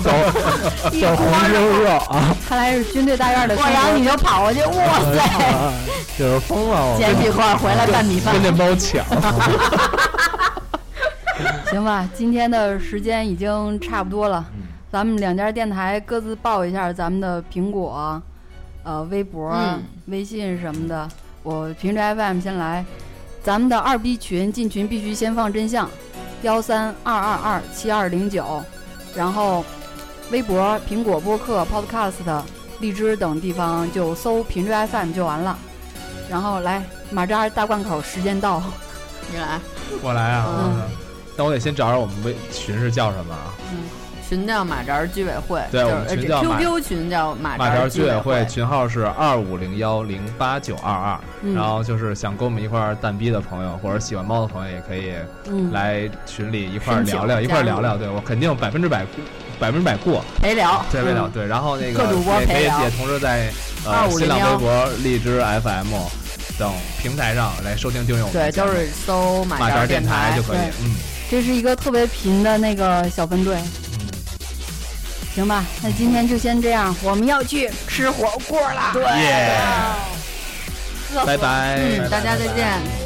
Speaker 4: 小小红烧肉 啊，
Speaker 2: 看来是军队大院的生
Speaker 3: 哇，然后
Speaker 2: 活
Speaker 3: 你就跑过去， 哇 塞，
Speaker 4: 啊就是疯了我
Speaker 3: 捡几块回来拌米饭
Speaker 4: 跟，那猫抢。
Speaker 2: 行吧，今天的时间已经差不多了，咱们两家电台各自报一下咱们的苹果、呃微博、
Speaker 3: 嗯
Speaker 2: 微信什么的。我平时 FM 先来，咱们的二 B 群进群必须先放真相，幺三二二二七二零九，然后微博、苹果播客、Podcast、荔枝等地方就搜频率 FM 就完了。然后来马扎大贯口，时间到。
Speaker 3: 你来
Speaker 4: 我来啊，
Speaker 3: 嗯
Speaker 4: 我来但我得先找找我们微群是叫什么啊？
Speaker 3: 群叫马扎居委会，
Speaker 4: 对
Speaker 3: 就是
Speaker 4: 我们
Speaker 3: 呃
Speaker 4: 群
Speaker 3: 这
Speaker 4: 叫马
Speaker 3: QQ 群叫马
Speaker 4: 马扎
Speaker 3: 扎
Speaker 4: 居
Speaker 3: 委
Speaker 4: 委会群号是二五零幺零八九二二，
Speaker 2: 嗯
Speaker 4: 然后就是想跟我们一块儿蛋逼的朋友，或者喜欢猫的朋友，也可以
Speaker 2: 嗯，
Speaker 4: 来群里一块儿
Speaker 3: 申请
Speaker 4: 聊聊，一块儿
Speaker 3: 加入
Speaker 4: 聊聊。对我肯定百分之百，百分之百过。
Speaker 3: 陪聊，
Speaker 4: 对，微聊
Speaker 3: 嗯
Speaker 4: 对，然后那个
Speaker 3: 各主播
Speaker 4: 也可
Speaker 3: 陪
Speaker 4: 以
Speaker 3: 聊
Speaker 4: 也同时在呃
Speaker 3: 2501
Speaker 4: 新浪微博、荔枝 FM 等平台上来收听订阅我们
Speaker 3: 对，
Speaker 4: 的节
Speaker 3: 就
Speaker 4: 目。
Speaker 3: 是搜马
Speaker 4: 马
Speaker 3: 扎
Speaker 4: 扎电
Speaker 3: 台
Speaker 4: 就可以
Speaker 2: 对。
Speaker 4: 嗯，
Speaker 2: 这是一个特别贫的那个小分队。行吧，那今天就先这样，我们要去吃火锅了。对。
Speaker 4: 耶，拜拜，
Speaker 3: 嗯，大家再见。